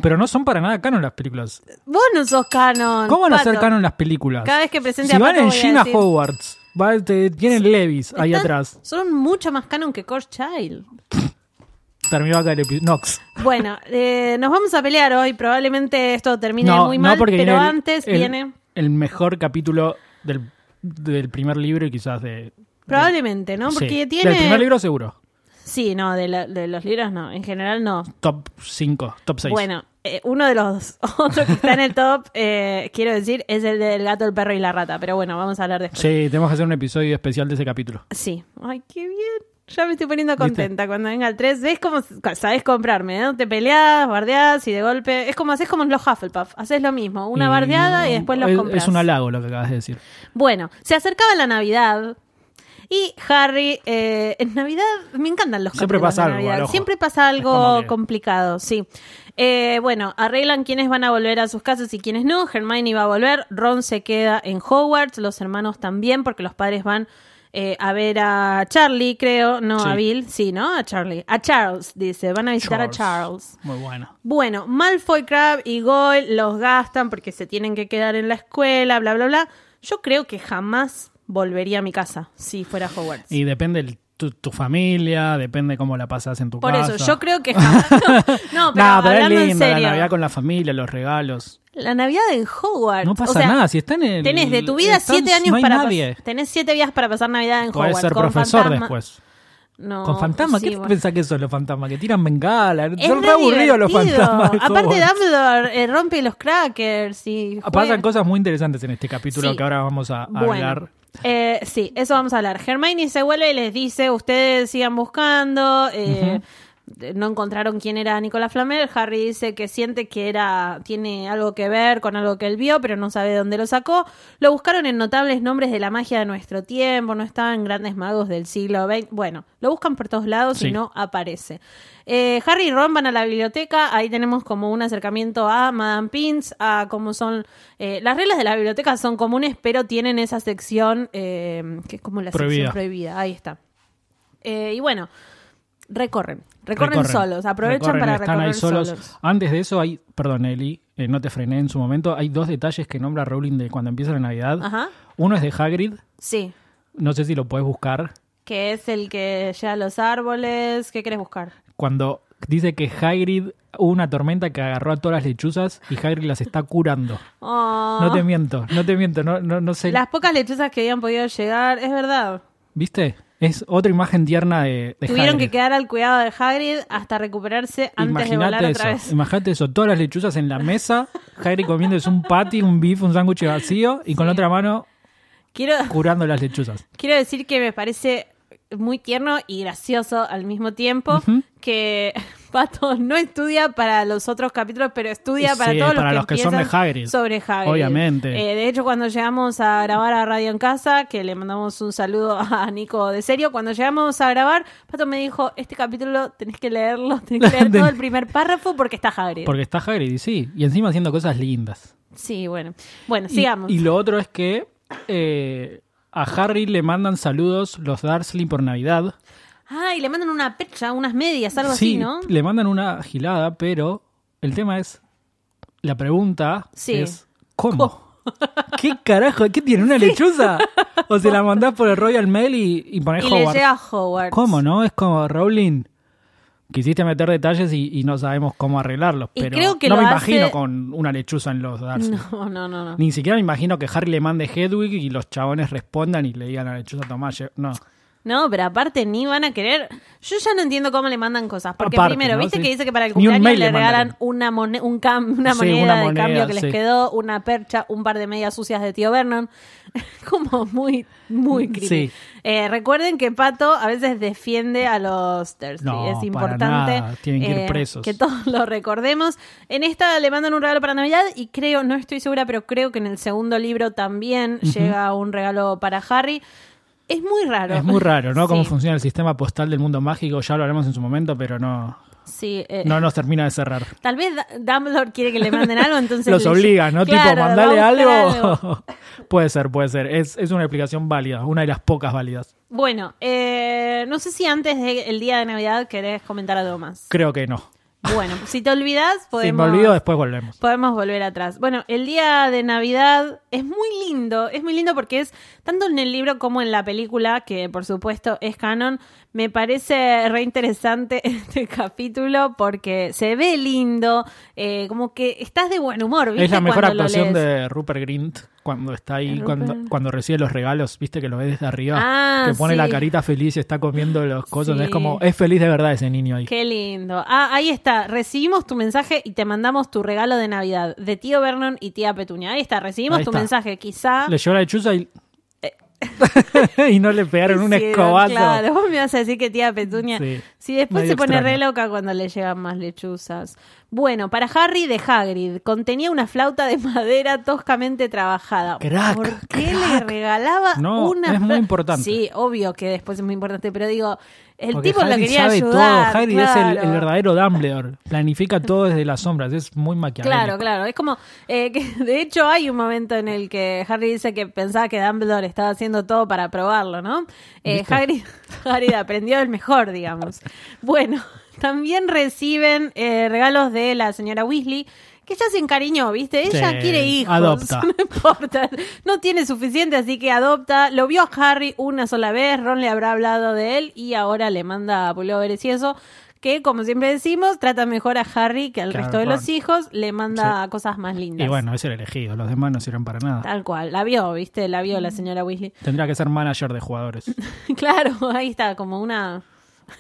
Speaker 2: Pero no son para nada canon las películas.
Speaker 1: Vos no sos canon.
Speaker 2: ¿Cómo van a
Speaker 1: Pato.
Speaker 2: ser canon las películas?
Speaker 1: Cada vez que presente
Speaker 2: Si
Speaker 1: a
Speaker 2: van
Speaker 1: Pato
Speaker 2: en
Speaker 1: voy a
Speaker 2: Gina
Speaker 1: decir-
Speaker 2: Hogwarts, va, te- tienen Levis ahí
Speaker 1: Están-
Speaker 2: atrás.
Speaker 1: Son mucho más canon que Core Child.
Speaker 2: Terminó acá el episodio. Nox.
Speaker 1: Bueno, eh, nos vamos a pelear hoy. Probablemente esto termine muy mal, pero
Speaker 2: viene el-
Speaker 1: antes
Speaker 2: el-
Speaker 1: viene.
Speaker 2: El mejor capítulo del, del primer libro y quizás de.
Speaker 1: Probablemente, ¿no?
Speaker 2: sí,
Speaker 1: Porque tiene.
Speaker 2: Del primer libro seguro.
Speaker 1: Sí, no, de, la- de los libros no, en general no.
Speaker 2: Top 5, top 6.
Speaker 1: Bueno, eh, uno de los otros que está en el top, eh, quiero decir, es el del gato, el perro y la rata, pero bueno, vamos a hablar después.
Speaker 2: Sí, tenemos que hacer un episodio especial de ese capítulo.
Speaker 1: Sí. Ay, qué bien. Ya me estoy poniendo contenta cuando venga el 3. ¿Ves cómo sabes comprarme? ¿no? Te peleás, bardeás y de golpe. Es como haces como en los Hufflepuff. Haces lo mismo. Una
Speaker 2: Y-
Speaker 1: bardeada y después los
Speaker 2: es,
Speaker 1: compras.
Speaker 2: Es un halago lo que acabas de decir.
Speaker 1: Bueno, se acercaba la Navidad. Y Harry, eh, en Navidad me encantan los
Speaker 2: Siempre
Speaker 1: capítulos
Speaker 2: pasa
Speaker 1: de
Speaker 2: algo,
Speaker 1: Navidad.
Speaker 2: al ojo.
Speaker 1: Siempre pasa
Speaker 2: Es
Speaker 1: algo
Speaker 2: como que-
Speaker 1: complicado, sí. Eh, bueno, arreglan quiénes van a volver a sus casas y quiénes no. Hermione va a volver, Ron se queda en Hogwarts, los hermanos también, porque los padres van eh, a ver a Charlie, creo, no
Speaker 2: Sí.
Speaker 1: a Bill, sí, ¿no? A Charlie, a Charles, dice, van a visitar a Charles.
Speaker 2: Muy bueno.
Speaker 1: Bueno, Malfoy, Crab y Goyle los gastan porque se tienen que quedar en la escuela, bla, bla, bla. Yo creo que jamás volvería a mi casa si fuera Hogwarts.
Speaker 2: Y depende el- tu, tu familia, depende cómo la pasas en tu
Speaker 1: Por
Speaker 2: casa.
Speaker 1: eso, yo creo que jamás. No, pero,
Speaker 2: Nah, es
Speaker 1: hablando en
Speaker 2: lindo,
Speaker 1: serio.
Speaker 2: la Navidad con la familia, los regalos.
Speaker 1: La Navidad en Hogwarts.
Speaker 2: No pasa
Speaker 1: o sea,
Speaker 2: nada, si está en el...
Speaker 1: Tenés de tu vida
Speaker 2: estás-
Speaker 1: siete años
Speaker 2: no hay
Speaker 1: para pas-
Speaker 2: nadie.
Speaker 1: Tenés siete días para pasar Navidad en
Speaker 2: Puedes
Speaker 1: Hogwarts.
Speaker 2: ser
Speaker 1: con
Speaker 2: profesor
Speaker 1: fantasma-
Speaker 2: después.
Speaker 1: No,
Speaker 2: ¿Con fantasmas?
Speaker 1: sí,
Speaker 2: ¿Qué
Speaker 1: bueno.
Speaker 2: pensás que son los fantasmas? Que tiran bengala.
Speaker 1: Es
Speaker 2: son
Speaker 1: re
Speaker 2: re aburridos los
Speaker 1: divertido.
Speaker 2: fantasmas. de
Speaker 1: Aparte,
Speaker 2: Hogwarts.
Speaker 1: Dumbledore eh, rompe los crackers y. juega.
Speaker 2: Pasan cosas muy interesantes en este capítulo
Speaker 1: Sí.
Speaker 2: que ahora vamos a, a
Speaker 1: Bueno.
Speaker 2: hablar.
Speaker 1: Eh, sí, eso vamos a hablar. Hermione se vuelve y les dice, ustedes sigan buscando. eh, No encontraron quién era Nicolás Flamel. Harry dice que siente que era tiene algo que ver con algo que él vio, pero no sabe dónde lo sacó. Lo buscaron en notables nombres de la magia de nuestro tiempo. No estaban grandes magos del siglo XX. Bueno, lo buscan por todos lados y
Speaker 2: Sí.
Speaker 1: no aparece. Eh, Harry y Ron van a la biblioteca. Ahí tenemos como un acercamiento a Madame Pins, a cómo son. eh, las reglas de la biblioteca son comunes, pero tienen esa sección eh, que es como la
Speaker 2: Prohibida.
Speaker 1: sección prohibida. Ahí está. Eh, y bueno, recorren. Recorren, solos. Aprovechan
Speaker 2: Recorren,
Speaker 1: para
Speaker 2: están
Speaker 1: recorrer
Speaker 2: ahí solos.
Speaker 1: solos.
Speaker 2: Antes de eso hay, perdón Eli, eh, no te frené en su momento, hay dos detalles que nombra Rowling de cuando empieza la Navidad.
Speaker 1: Ajá.
Speaker 2: Uno es de Hagrid,
Speaker 1: Sí.
Speaker 2: no sé si lo puedes buscar,
Speaker 1: Que es el que lleva los árboles. ¿Qué querés buscar?
Speaker 2: cuando dice que Hagrid hubo una tormenta que agarró a todas las lechuzas y Hagrid las está curando.
Speaker 1: Oh,
Speaker 2: No te miento, no te miento, no, no, no sé.
Speaker 1: las pocas lechuzas que habían podido llegar, es verdad.
Speaker 2: ¿Viste? Es otra imagen tierna de, de
Speaker 1: Tuvieron
Speaker 2: Hagrid.
Speaker 1: que quedar al cuidado de Hagrid hasta recuperarse antes de volar
Speaker 2: Imagínate
Speaker 1: otra
Speaker 2: eso,
Speaker 1: vez.
Speaker 2: imagínate eso, todas las lechuzas en la mesa, Hagrid comiendo es un patty, un beef, un sándwich vacío y con la otra mano
Speaker 1: Quiero,
Speaker 2: curando las lechuzas.
Speaker 1: quiero decir que me parece muy tierno y gracioso al mismo tiempo que Pato no estudia para los otros capítulos, pero estudia para
Speaker 2: Sí,
Speaker 1: todos
Speaker 2: para
Speaker 1: los
Speaker 2: los
Speaker 1: que,
Speaker 2: que son
Speaker 1: empiezan
Speaker 2: de Hagrid.
Speaker 1: sobre Hagrid.
Speaker 2: Obviamente.
Speaker 1: Eh, de hecho, cuando llegamos a grabar a Radio en Casa, que le mandamos un saludo a Nico de serio, cuando llegamos a grabar, Pato me dijo, este capítulo tenés que leerlo, tenés que leer todo el primer párrafo porque está Hagrid.
Speaker 2: Porque está Hagrid, y sí, y encima haciendo cosas lindas.
Speaker 1: Sí, bueno. Bueno,
Speaker 2: Y-
Speaker 1: sigamos.
Speaker 2: Y, lo otro es que eh, a Harry le mandan saludos los Dursley por Navidad.
Speaker 1: Ah, y le mandan una pecha, unas medias, algo así,
Speaker 2: sí,
Speaker 1: ¿no?
Speaker 2: le mandan una gilada, pero el tema es, la pregunta
Speaker 1: Sí.
Speaker 2: es, ¿cómo? ¿Qué carajo? ¿Qué tiene una lechuza? O se la mandás por el Royal Mail y, y ponés
Speaker 1: Y le
Speaker 2: Hogwarts.
Speaker 1: llega a Howard.
Speaker 2: ¿Cómo, no? Es como, Rowling, quisiste meter detalles y, y no sabemos cómo arreglarlos.
Speaker 1: Y
Speaker 2: Pero
Speaker 1: creo que
Speaker 2: no
Speaker 1: lo
Speaker 2: me
Speaker 1: hace-
Speaker 2: imagino con una lechuza en los Dursley.
Speaker 1: No, no, no, no.
Speaker 2: Ni siquiera me imagino que Harry le mande Hedwig y los chabones respondan y le digan a la lechuza Tomás. lle- No.
Speaker 1: No, pero aparte ni van a querer. Yo ya no entiendo cómo le mandan cosas. Porque
Speaker 2: Aparte,
Speaker 1: primero,
Speaker 2: ¿no?
Speaker 1: viste
Speaker 2: Sí.
Speaker 1: que dice que para el
Speaker 2: Ni un
Speaker 1: cumpleaños
Speaker 2: mail
Speaker 1: le
Speaker 2: le
Speaker 1: regalan
Speaker 2: mandaron.
Speaker 1: una, mone- un cam- una,
Speaker 2: Sí,
Speaker 1: moneda
Speaker 2: una
Speaker 1: de cambio
Speaker 2: moneda,
Speaker 1: que les
Speaker 2: sí.
Speaker 1: quedó, una percha, un par de medias sucias de tío Vernon. Como muy, muy creepy.
Speaker 2: Sí.
Speaker 1: Eh, recuerden que Pato a veces defiende a los Dursley.
Speaker 2: No,
Speaker 1: es
Speaker 2: para
Speaker 1: importante
Speaker 2: nada. Tienen que ir
Speaker 1: eh,
Speaker 2: presos.
Speaker 1: que todos lo recordemos. En esta le mandan un regalo para Navidad y creo, no estoy segura, pero creo que en el segundo libro también llega un regalo para Harry. Es muy raro.
Speaker 2: Es muy raro, ¿no? Cómo
Speaker 1: Sí,
Speaker 2: funciona el sistema postal del mundo mágico. Ya lo haremos en su momento, pero no,
Speaker 1: Sí, eh,
Speaker 2: no nos termina de cerrar.
Speaker 1: Tal vez Da- Dumbledore quiere que le manden algo, entonces.
Speaker 2: Los
Speaker 1: le-
Speaker 2: obliga, ¿no?
Speaker 1: Claro,
Speaker 2: tipo, mandale
Speaker 1: va a buscar
Speaker 2: algo. puede ser, puede ser. Es, es una explicación válida, una de las pocas válidas.
Speaker 1: Bueno, eh, no sé si antes del día de Navidad querés comentar algo más.
Speaker 2: Creo que no.
Speaker 1: Bueno, si te olvidas, podemos.
Speaker 2: Si me olvido, después volvemos.
Speaker 1: Podemos volver atrás. Bueno, el día de Navidad es muy lindo, es muy lindo porque es tanto en el libro como en la película, que por supuesto es canon. Me parece reinteresante este capítulo porque se ve lindo, eh, como que estás de buen humor. ¿viste?
Speaker 2: Es la mejor
Speaker 1: Cuando lo
Speaker 2: actuación
Speaker 1: lees.
Speaker 2: de Rupert Grint cuando está ahí,
Speaker 1: Rupert.
Speaker 2: cuando, cuando recibe los regalos, viste que lo ves desde arriba,
Speaker 1: Ah,
Speaker 2: que pone la
Speaker 1: sí.
Speaker 2: carita feliz y está comiendo los cosas.
Speaker 1: Sí.
Speaker 2: Es como, es feliz de verdad ese niño ahí.
Speaker 1: Qué lindo. Ah, ahí está. Recibimos tu mensaje y te mandamos tu regalo de Navidad de tío Vernon y tía Petuña. Ahí está, recibimos
Speaker 2: Ahí
Speaker 1: tu
Speaker 2: está.
Speaker 1: mensaje. Quizá.
Speaker 2: Le llora de chuza y... y no le pegaron un
Speaker 1: Eh. Hicieron,
Speaker 2: escobazo.
Speaker 1: Claro, vos me vas a decir que tía Petuña.
Speaker 2: Sí.
Speaker 1: Si después
Speaker 2: Medio
Speaker 1: se pone
Speaker 2: extraño.
Speaker 1: re loca cuando le llegan más lechuzas. Bueno, para Harry de Hagrid, contenía una flauta de madera toscamente trabajada.
Speaker 2: Crack,
Speaker 1: ¿Por qué le regalaba
Speaker 2: No,
Speaker 1: una
Speaker 2: es muy
Speaker 1: fla-
Speaker 2: importante.
Speaker 1: Sí, obvio que después es muy importante, pero digo, el
Speaker 2: Porque
Speaker 1: tipo lo
Speaker 2: Hagrid
Speaker 1: quería
Speaker 2: sabe
Speaker 1: ayudar.
Speaker 2: todo. Hagrid es el- el,
Speaker 1: claro.
Speaker 2: verdadero Dumbledore. Planifica todo desde las sombras. Es muy maquiavélico.
Speaker 1: Claro, claro. Es como, eh, que de hecho hay un momento en el que Harry dice que pensaba que Dumbledore estaba haciendo todo para probarlo, ¿no? Eh,
Speaker 2: ¿Viste?
Speaker 1: Harry, Harry aprendió el mejor, digamos. Bueno, también reciben eh, regalos de la señora Weasley. Que ya se encariñó, ¿viste? Ella
Speaker 2: Sí,
Speaker 1: quiere hijos.
Speaker 2: adopta.
Speaker 1: No importa. No tiene suficiente, así que adopta. Lo vio a Harry una sola vez. Ron le habrá hablado de él y ahora le manda pulóveres y eso. Que, como siempre decimos, trata mejor a Harry que al
Speaker 2: Que a
Speaker 1: resto de
Speaker 2: Ron.
Speaker 1: los hijos. Le manda cosas más lindas.
Speaker 2: Y bueno, ese era elegido. Los demás no sirven para nada.
Speaker 1: Tal cual. La vio, ¿viste? La vio la señora Weasley.
Speaker 2: Tendría que ser manager de jugadores.
Speaker 1: Claro, ahí está, como una.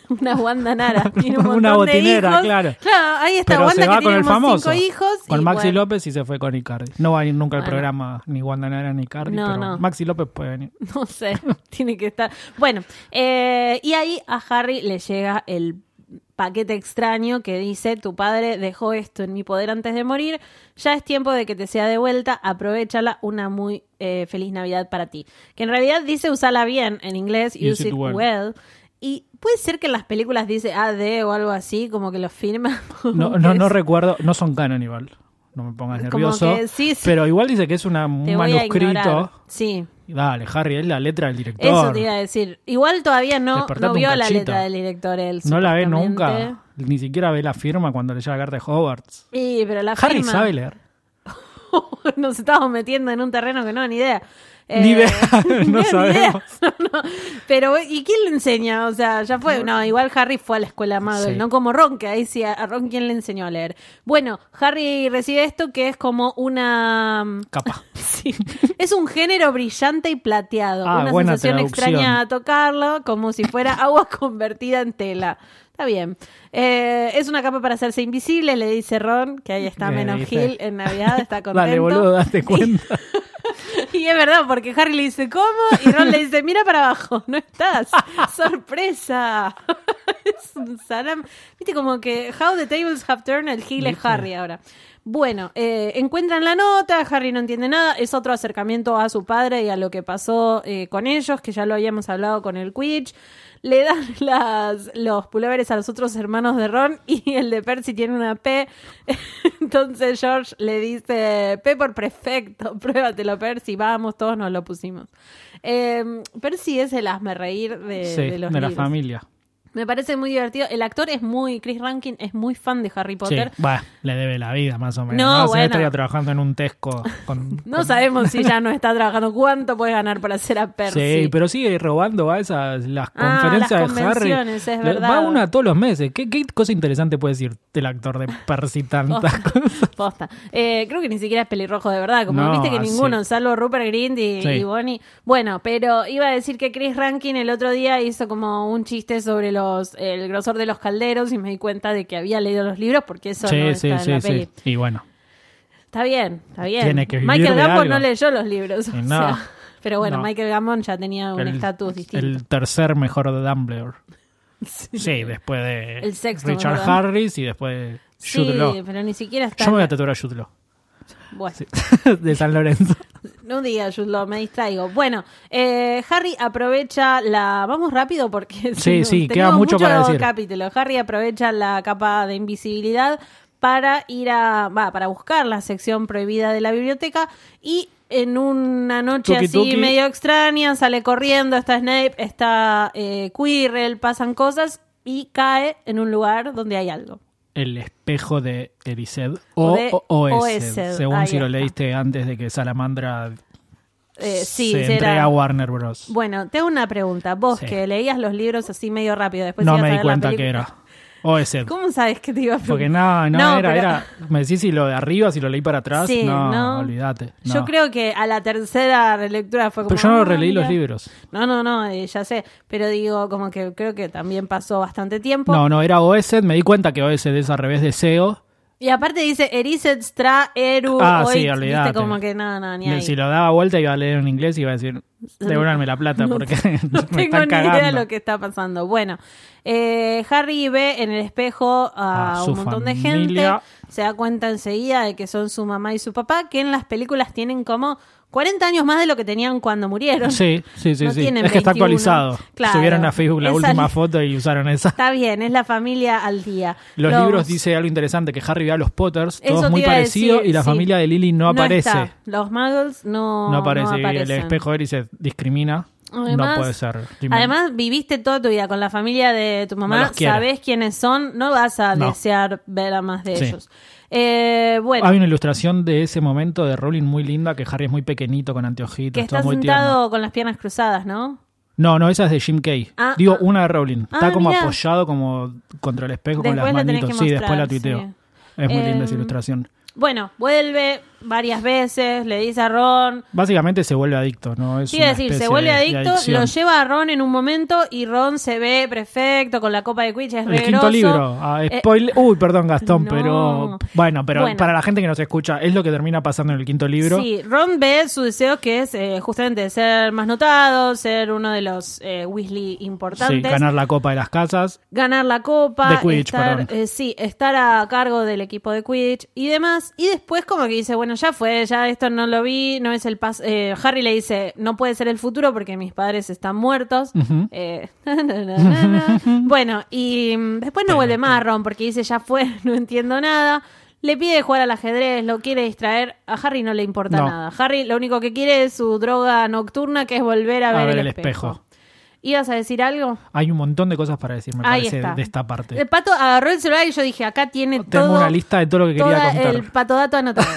Speaker 1: Una Wanda Nara. Tiene un
Speaker 2: Una
Speaker 1: montón de
Speaker 2: botinera,
Speaker 1: hijos.
Speaker 2: claro.
Speaker 1: ahí está,
Speaker 2: Pero
Speaker 1: Wanda
Speaker 2: se va
Speaker 1: que
Speaker 2: con
Speaker 1: tiene
Speaker 2: el
Speaker 1: como
Speaker 2: famoso.
Speaker 1: cinco hijos.
Speaker 2: con
Speaker 1: y
Speaker 2: Maxi
Speaker 1: bueno.
Speaker 2: López y se fue con Icardi. No va a ir nunca al
Speaker 1: Bueno.
Speaker 2: programa ni Wanda Nara ni Icardi,
Speaker 1: No,
Speaker 2: pero
Speaker 1: no.
Speaker 2: Maxi López puede venir.
Speaker 1: No sé, tiene que estar. Bueno, eh, y ahí a Harry le llega el paquete extraño que dice, tu padre dejó esto en mi poder antes de morir, ya es tiempo de que te sea de vuelta, aprovechala, una muy eh, feliz Navidad para ti. Que en realidad dice usala bien en inglés, use, it, well. Y puede ser que en las películas dice AD o algo así, como que lo firma.
Speaker 2: No, no, no recuerdo, no son canon igual. No me pongas
Speaker 1: Como
Speaker 2: nervioso.
Speaker 1: que sí, sí.
Speaker 2: Pero igual dice que es una, un
Speaker 1: Te voy a ignorar.
Speaker 2: manuscrito.
Speaker 1: Sí.
Speaker 2: Dale, Harry, es la letra del director.
Speaker 1: Eso te iba a decir. Igual todavía no,
Speaker 2: Despertate
Speaker 1: no
Speaker 2: un
Speaker 1: vio la
Speaker 2: cachito.
Speaker 1: letra del director él.
Speaker 2: No la ve
Speaker 1: supuestamente.
Speaker 2: nunca. Ni siquiera ve la firma cuando le llega la carta de Hogwarts.
Speaker 1: Sí, pero la
Speaker 2: Harry
Speaker 1: firma-
Speaker 2: sabe leer.
Speaker 1: Nos estamos metiendo en un terreno que no, ni idea. Eh,
Speaker 2: Ni idea, no
Speaker 1: ni
Speaker 2: sabemos.
Speaker 1: No, no. Pero, ¿y quién le enseña? O sea, ya fue. No, igual Harry fue a la escuela Muggle,
Speaker 2: Sí.
Speaker 1: no como Ron, que ahí sí, a Ron, ¿quién le enseñó a leer? Bueno, Harry recibe esto que es como una.
Speaker 2: Capaz.
Speaker 1: Sí. Es un género brillante y plateado.
Speaker 2: Ah,
Speaker 1: una
Speaker 2: buena
Speaker 1: sensación
Speaker 2: traducción.
Speaker 1: extraña a tocarlo, como si fuera agua convertida en tela. Está bien. Eh, es una capa para hacerse invisible, le dice Ron, que ahí está
Speaker 2: Le
Speaker 1: menos
Speaker 2: dice.
Speaker 1: Gil en Navidad, está contento.
Speaker 2: Dale, boludo, date cuenta.
Speaker 1: Y es verdad, porque Harry le dice, ¿cómo? Y Ron le dice, mira para abajo, no estás. ¡Sorpresa! es un salam. Viste, como que How the Tables Have Turned, el Gil es
Speaker 2: Viste.
Speaker 1: Harry ahora. Bueno, eh, encuentran la nota, Harry no entiende nada, es otro acercamiento a su padre y a lo que pasó eh, con ellos, que ya lo habíamos hablado con el Quidditch. Le dan las, los pulóveres a los otros hermanos de Ron y el de Percy tiene una P. Entonces George le dice, P por prefecto, pruébatelo Percy, vamos, todos nos lo pusimos. Eh, Percy es el hazme reír de,
Speaker 2: Sí,
Speaker 1: de
Speaker 2: de,
Speaker 1: los
Speaker 2: la
Speaker 1: libros.
Speaker 2: familia.
Speaker 1: Me parece muy divertido. El actor es muy, Chris Rankin es muy fan de Harry
Speaker 2: Sí,
Speaker 1: Potter.
Speaker 2: va, le debe la vida más o menos.
Speaker 1: No,
Speaker 2: No, si
Speaker 1: bueno.
Speaker 2: no estaría trabajando en un Tesco con...
Speaker 1: No sabemos si ya no está trabajando. ¿Cuánto puede ganar por hacer a Percy?
Speaker 2: Pues Sí, pero sigue robando va a esas las
Speaker 1: Ah,
Speaker 2: conferencias
Speaker 1: las
Speaker 2: de Harry.
Speaker 1: convenciones, es
Speaker 2: Le-
Speaker 1: verdad.
Speaker 2: Va una todos los meses. ¿Qué, qué cosa interesante puede decir el actor de Percy
Speaker 1: Oh,
Speaker 2: tantas cosas?
Speaker 1: Posta. Eh, creo que ni siquiera es pelirrojo de verdad, como
Speaker 2: No,
Speaker 1: viste que
Speaker 2: ah, sí.
Speaker 1: ninguno, salvo Rupert Grint y,
Speaker 2: Sí.
Speaker 1: y Bonnie. Bueno, pero iba a decir que Chris Rankin el otro día hizo como un chiste sobre los el grosor de los calderos y me di cuenta de que había leído los libros porque eso no está en la peli.
Speaker 2: Y bueno,
Speaker 1: Está bien, está bien.
Speaker 2: Tiene que vivir
Speaker 1: Michael
Speaker 2: de
Speaker 1: Gambon
Speaker 2: algo.
Speaker 1: no leyó los libros. o
Speaker 2: Y no,
Speaker 1: sea, pero bueno,
Speaker 2: no.
Speaker 1: Michael Gambon ya tenía un
Speaker 2: el-
Speaker 1: estatus distinto.
Speaker 2: El tercer mejor de Dumbledore. Sí, después de
Speaker 1: El sexto
Speaker 2: Richard
Speaker 1: mejor Dumbledore.
Speaker 2: Harris y después
Speaker 1: sí,
Speaker 2: Jude Law.
Speaker 1: pero ni siquiera está.
Speaker 2: Yo me voy a tatuar a Jude Law,
Speaker 1: Bueno.
Speaker 2: sí, de San Lorenzo.
Speaker 1: No diga, Jude Law, me distraigo. Bueno, eh, Harry aprovecha la. Vamos rápido porque. si
Speaker 2: Sí,
Speaker 1: no,
Speaker 2: sí,
Speaker 1: tenemos
Speaker 2: queda mucho para
Speaker 1: mucho
Speaker 2: decir.
Speaker 1: capítulo. Harry aprovecha la capa de invisibilidad para ir a. Va, para buscar la sección prohibida de la biblioteca y. En una noche
Speaker 2: Tuki,
Speaker 1: así
Speaker 2: tuki.
Speaker 1: medio extraña, sale corriendo, está Snape, está eh, Quirrell, pasan cosas y cae en un lugar donde hay algo.
Speaker 2: El espejo de Erised o,
Speaker 1: O de
Speaker 2: o- o Esed,
Speaker 1: Oesed.
Speaker 2: según
Speaker 1: Ahí
Speaker 2: si lo
Speaker 1: está.
Speaker 2: leíste antes de que Salamandra
Speaker 1: Eh, sí,
Speaker 2: se
Speaker 1: será-
Speaker 2: entrega a Warner Bros.
Speaker 1: Bueno, te hago una pregunta. Vos
Speaker 2: Sí.
Speaker 1: que leías los libros así medio rápido, después
Speaker 2: no
Speaker 1: ibas a
Speaker 2: me di
Speaker 1: ver la
Speaker 2: cuenta que
Speaker 1: película.
Speaker 2: era Oesed.
Speaker 1: ¿Cómo sabes que te iba a preguntar?
Speaker 2: Porque no, no,
Speaker 1: No,
Speaker 2: era,
Speaker 1: pero-
Speaker 2: era. Me decís si lo de arriba, si lo leí para atrás.
Speaker 1: Sí,
Speaker 2: no,
Speaker 1: no.
Speaker 2: olvídate.
Speaker 1: Yo
Speaker 2: no.
Speaker 1: creo que a la tercera relectura fue como.
Speaker 2: Pero yo no
Speaker 1: "Ah,
Speaker 2: releí los
Speaker 1: mira".
Speaker 2: libros.
Speaker 1: No, no, no, eh, ya sé. Pero digo, como que creo que también pasó bastante tiempo.
Speaker 2: No, no, era Oesed. Me di cuenta que Oesed es al revés de E SEO.
Speaker 1: Y aparte dice Erised Stra Eru
Speaker 2: Ah, sí,
Speaker 1: Oit",
Speaker 2: olvídate.
Speaker 1: Viste como que no, no, ni
Speaker 2: Le-
Speaker 1: ahí.
Speaker 2: Si lo daba vuelta iba a leer en inglés y iba a decir, devuélvanme la plata porque
Speaker 1: No
Speaker 2: me
Speaker 1: tengo
Speaker 2: están
Speaker 1: ni idea de
Speaker 2: cagando.
Speaker 1: lo que está pasando. Bueno, eh, Harry ve en el espejo a,
Speaker 2: A su
Speaker 1: un montón de
Speaker 2: familia.
Speaker 1: gente. Se da cuenta enseguida de que son su mamá y su papá, que en las películas tienen como 40 años más de lo que tenían cuando murieron.
Speaker 2: Sí, sí, sí,
Speaker 1: No
Speaker 2: sí.
Speaker 1: tienen
Speaker 2: Es que está
Speaker 1: 21.
Speaker 2: actualizado.
Speaker 1: Claro.
Speaker 2: Subieron a Facebook la
Speaker 1: Esa-
Speaker 2: última foto y usaron esa.
Speaker 1: Está bien, es la familia al día.
Speaker 2: Los libros dice algo interesante, que Harry ve a los Potters,
Speaker 1: Eso
Speaker 2: todos
Speaker 1: te
Speaker 2: muy
Speaker 1: iba a
Speaker 2: parecidos,
Speaker 1: decir,
Speaker 2: y la
Speaker 1: sí.
Speaker 2: familia de Lily no, aparece.
Speaker 1: está. Los muggles no,
Speaker 2: No aparece. y el
Speaker 1: aparecen.
Speaker 2: espejo Eri se discrimina. no
Speaker 1: Además-
Speaker 2: puede ser.
Speaker 1: Además, viviste toda tu vida con la familia de tu
Speaker 2: No
Speaker 1: mamá,
Speaker 2: los quiere.
Speaker 1: sabés quiénes son, no vas a
Speaker 2: No.
Speaker 1: desear ver a más de
Speaker 2: Sí.
Speaker 1: ellos. Eh, bueno,
Speaker 2: Hay una ilustración de ese momento de Rowling muy linda, que Harry es muy pequeñito, con anteojitos,
Speaker 1: que
Speaker 2: todo
Speaker 1: está
Speaker 2: muy
Speaker 1: sentado
Speaker 2: tierno.
Speaker 1: con las piernas cruzadas, ¿no?
Speaker 2: No, no, esa es de Jim Kay.
Speaker 1: Ah,
Speaker 2: Digo,
Speaker 1: ah.
Speaker 2: una de Rowling.
Speaker 1: Ah,
Speaker 2: está como
Speaker 1: mirá.
Speaker 2: apoyado como contra el espejo
Speaker 1: Después
Speaker 2: con
Speaker 1: la
Speaker 2: las
Speaker 1: tenés
Speaker 2: manitos.
Speaker 1: que
Speaker 2: sí, después la
Speaker 1: mostrar,
Speaker 2: tuiteo.
Speaker 1: sí.
Speaker 2: Es muy linda
Speaker 1: Em,
Speaker 2: esa ilustración.
Speaker 1: Bueno, vuelve varias veces, le dice a Ron.
Speaker 2: Básicamente se vuelve adicto, ¿no? Es
Speaker 1: Sí, es
Speaker 2: una
Speaker 1: decir,
Speaker 2: especie
Speaker 1: se vuelve
Speaker 2: de- de
Speaker 1: adicto,
Speaker 2: adicción.
Speaker 1: lo lleva a Ron en un momento y Ron se ve perfecto con la copa de Quidditch, es
Speaker 2: El quinto
Speaker 1: regroso.
Speaker 2: libro. Ah,
Speaker 1: Eh,
Speaker 2: spoil- Uy, perdón, Gastón,
Speaker 1: no.
Speaker 2: pero. Bueno, pero
Speaker 1: Bueno.
Speaker 2: para la gente que nos escucha, es lo que termina pasando en el quinto libro.
Speaker 1: Sí, Ron ve su deseo que es eh, justamente ser más notado, ser uno de los eh, Weasley importantes,
Speaker 2: Sí,
Speaker 1: ganar,
Speaker 2: ganar la Copa de las Casas.
Speaker 1: la copa,
Speaker 2: De Quidditch,
Speaker 1: estar,
Speaker 2: perdón.
Speaker 1: eh, sí, estar a cargo del equipo de Quidditch y demás. Y después como que dice, bueno, ya fue, ya esto no lo vi, no es el paso. eh, Harry le dice, no puede ser el futuro porque mis padres están muertos.
Speaker 2: Ujú.
Speaker 1: Eh, na, na, na, na, na. bueno, y mm, después no vuelve más Ron porque dice, ya fue, no entiendo nada. Le pide jugar al ajedrez, lo quiere distraer. A Harry no le importa
Speaker 2: No.
Speaker 1: nada. Harry lo único que quiere es su droga nocturna, que es volver a, ver, el, espejo. ¿Ibas a decir algo?
Speaker 2: Hay un montón de cosas para decir, me
Speaker 1: Ahí
Speaker 2: parece,
Speaker 1: está.
Speaker 2: de esta parte.
Speaker 1: El pato agarró el celular y yo dije, acá tiene
Speaker 2: Este. Tengo
Speaker 1: todo.
Speaker 2: una lista de todo lo que quería
Speaker 1: toda
Speaker 2: contar.
Speaker 1: el patodato anotado.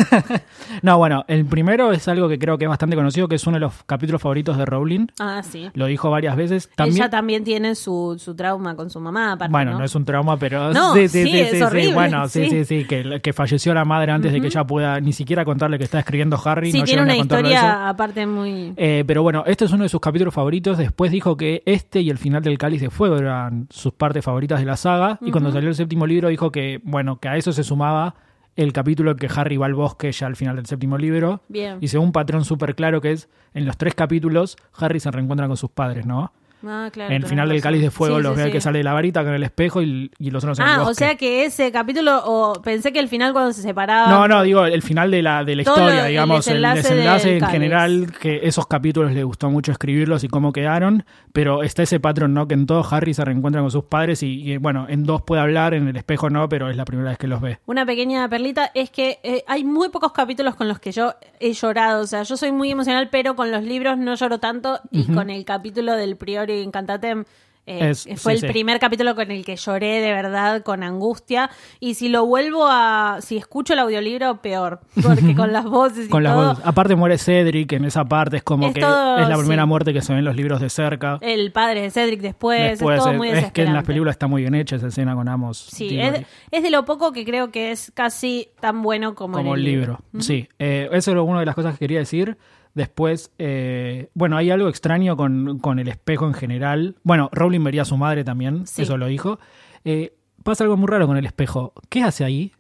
Speaker 2: No, bueno, el primero es algo que creo que es bastante conocido, que es uno de los capítulos favoritos de Rowling.
Speaker 1: ah, sí.
Speaker 2: Lo dijo varias veces. También,
Speaker 1: Ella también tiene su, su trauma con su mamá. aparte,
Speaker 2: bueno, ¿no? es un trauma, pero
Speaker 1: No, sí, es horrible,
Speaker 2: Bueno, sí,
Speaker 1: sí.
Speaker 2: sí, sí, que, que falleció la madre antes de que ella pueda ni siquiera contarle que está escribiendo Harry.
Speaker 1: Sí,
Speaker 2: no
Speaker 1: tiene
Speaker 2: llegan a
Speaker 1: una
Speaker 2: contarle eso.
Speaker 1: historia aparte muy...
Speaker 2: Eh, pero bueno, este es uno de sus capítulos favoritos. Después dijo que este y el final del Cáliz de Fuego eran sus partes favoritas de la saga. Y cuando salió el séptimo libro dijo que, bueno, que a eso se sumaba el capítulo en que Harry va al bosque ya al final del séptimo libro.
Speaker 1: Bien.
Speaker 2: Y según un patrón súper claro que es, en los tres capítulos, Harry se reencuentra con sus padres, ¿no?
Speaker 1: Ah, claro,
Speaker 2: en el
Speaker 1: tenés
Speaker 2: final del
Speaker 1: razón.
Speaker 2: Cáliz de Fuego
Speaker 1: Sí,
Speaker 2: los
Speaker 1: sí,
Speaker 2: ve al
Speaker 1: sí.
Speaker 2: que sale de la varita con el espejo y, y los otros en el
Speaker 1: Ah,
Speaker 2: bosque.
Speaker 1: o sea que ese capítulo, o pensé que el final cuando se separaban.
Speaker 2: No, no, digo, el final de la, de la
Speaker 1: Ah. Todo
Speaker 2: historia,
Speaker 1: lo- el
Speaker 2: digamos, el
Speaker 1: desenlace
Speaker 2: desenlace,
Speaker 1: del
Speaker 2: en
Speaker 1: cáliz.
Speaker 2: general, que esos capítulos le gustó mucho escribirlos y cómo quedaron, pero está ese patrón, ¿no? Que en todo Harry se reencuentra con sus padres y, y, bueno, en dos puede hablar, en el espejo no, pero es la primera vez que los ve.
Speaker 1: Una pequeña perlita es que eh, hay muy pocos capítulos con los que yo he llorado. O sea, yo soy muy emocional, pero con los libros no lloro tanto. Y con el capítulo del Priori Incantatem eh,
Speaker 2: Es-
Speaker 1: fue el
Speaker 2: sí, sí.
Speaker 1: primer capítulo con el que lloré de verdad, con angustia. Y si lo vuelvo a. Si escucho el audiolibro, peor. Porque con las voces y
Speaker 2: Con las
Speaker 1: todo.
Speaker 2: voces. Aparte muere Cedric en esa parte, es como
Speaker 1: Es
Speaker 2: que
Speaker 1: todo-
Speaker 2: es la primera
Speaker 1: sí.
Speaker 2: muerte que se ve en los libros de cerca.
Speaker 1: El padre de Cedric después.
Speaker 2: Después,
Speaker 1: es todo
Speaker 2: eh,
Speaker 1: muy
Speaker 2: es que en las
Speaker 1: desesperante.
Speaker 2: películas está muy bien hecha esa escena con Amos.
Speaker 1: Sí,
Speaker 2: Diggory.
Speaker 1: es, es de lo poco que creo que es casi tan bueno como, en
Speaker 2: como el libro. Sí, Eh, eso era una de las cosas que quería decir. Después, eh, bueno, hay algo extraño con, con el espejo en general. Bueno, Rowling vería a su madre también,
Speaker 1: Sí.
Speaker 2: eso lo dijo. Eh, pasa algo muy raro con el espejo. ¿Qué hace ahí?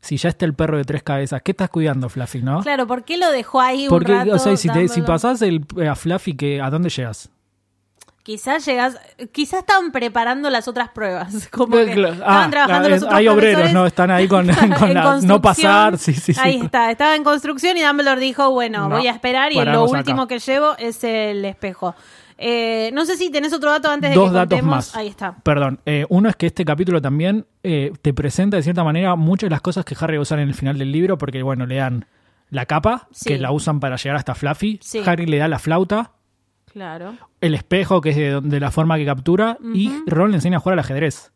Speaker 2: Si ya está el perro de tres cabezas, ¿qué estás cuidando, Fluffy, no?
Speaker 1: Claro, ¿por qué lo dejó ahí
Speaker 2: Porque,
Speaker 1: un rato?
Speaker 2: o sea, si, te, si
Speaker 1: dándolo?
Speaker 2: pasás el, eh, a Fluffy, que, ¿a dónde llegas?
Speaker 1: Quizás llegas, quizás estaban preparando las otras pruebas, como que
Speaker 2: Eh, cla-
Speaker 1: estaban
Speaker 2: ah,
Speaker 1: trabajando
Speaker 2: ah,
Speaker 1: los otros
Speaker 2: Hay obreros,
Speaker 1: profesores
Speaker 2: ¿no? Están ahí con,
Speaker 1: en
Speaker 2: con la-
Speaker 1: construcción.
Speaker 2: no pasar. Sí, sí, sí.
Speaker 1: Ahí está, estaba en construcción y Dumbledore dijo, bueno,
Speaker 2: No,
Speaker 1: voy a esperar y lo
Speaker 2: paramos acá.
Speaker 1: último que llevo es el espejo. Eh, no sé si tenés otro dato antes de
Speaker 2: Dos
Speaker 1: que
Speaker 2: datos
Speaker 1: contemos.
Speaker 2: más.
Speaker 1: Ahí está.
Speaker 2: Perdón. Eh, uno es que este capítulo también eh, te presenta de cierta manera muchas de las cosas que Harry va a usar en el final del libro, porque bueno, le dan la capa,
Speaker 1: Sí.
Speaker 2: que la usan para llegar hasta Fluffy.
Speaker 1: Sí.
Speaker 2: Harry le da la flauta,
Speaker 1: Claro.
Speaker 2: el espejo, que es de, de la forma que captura, y Ron le enseña a jugar al ajedrez.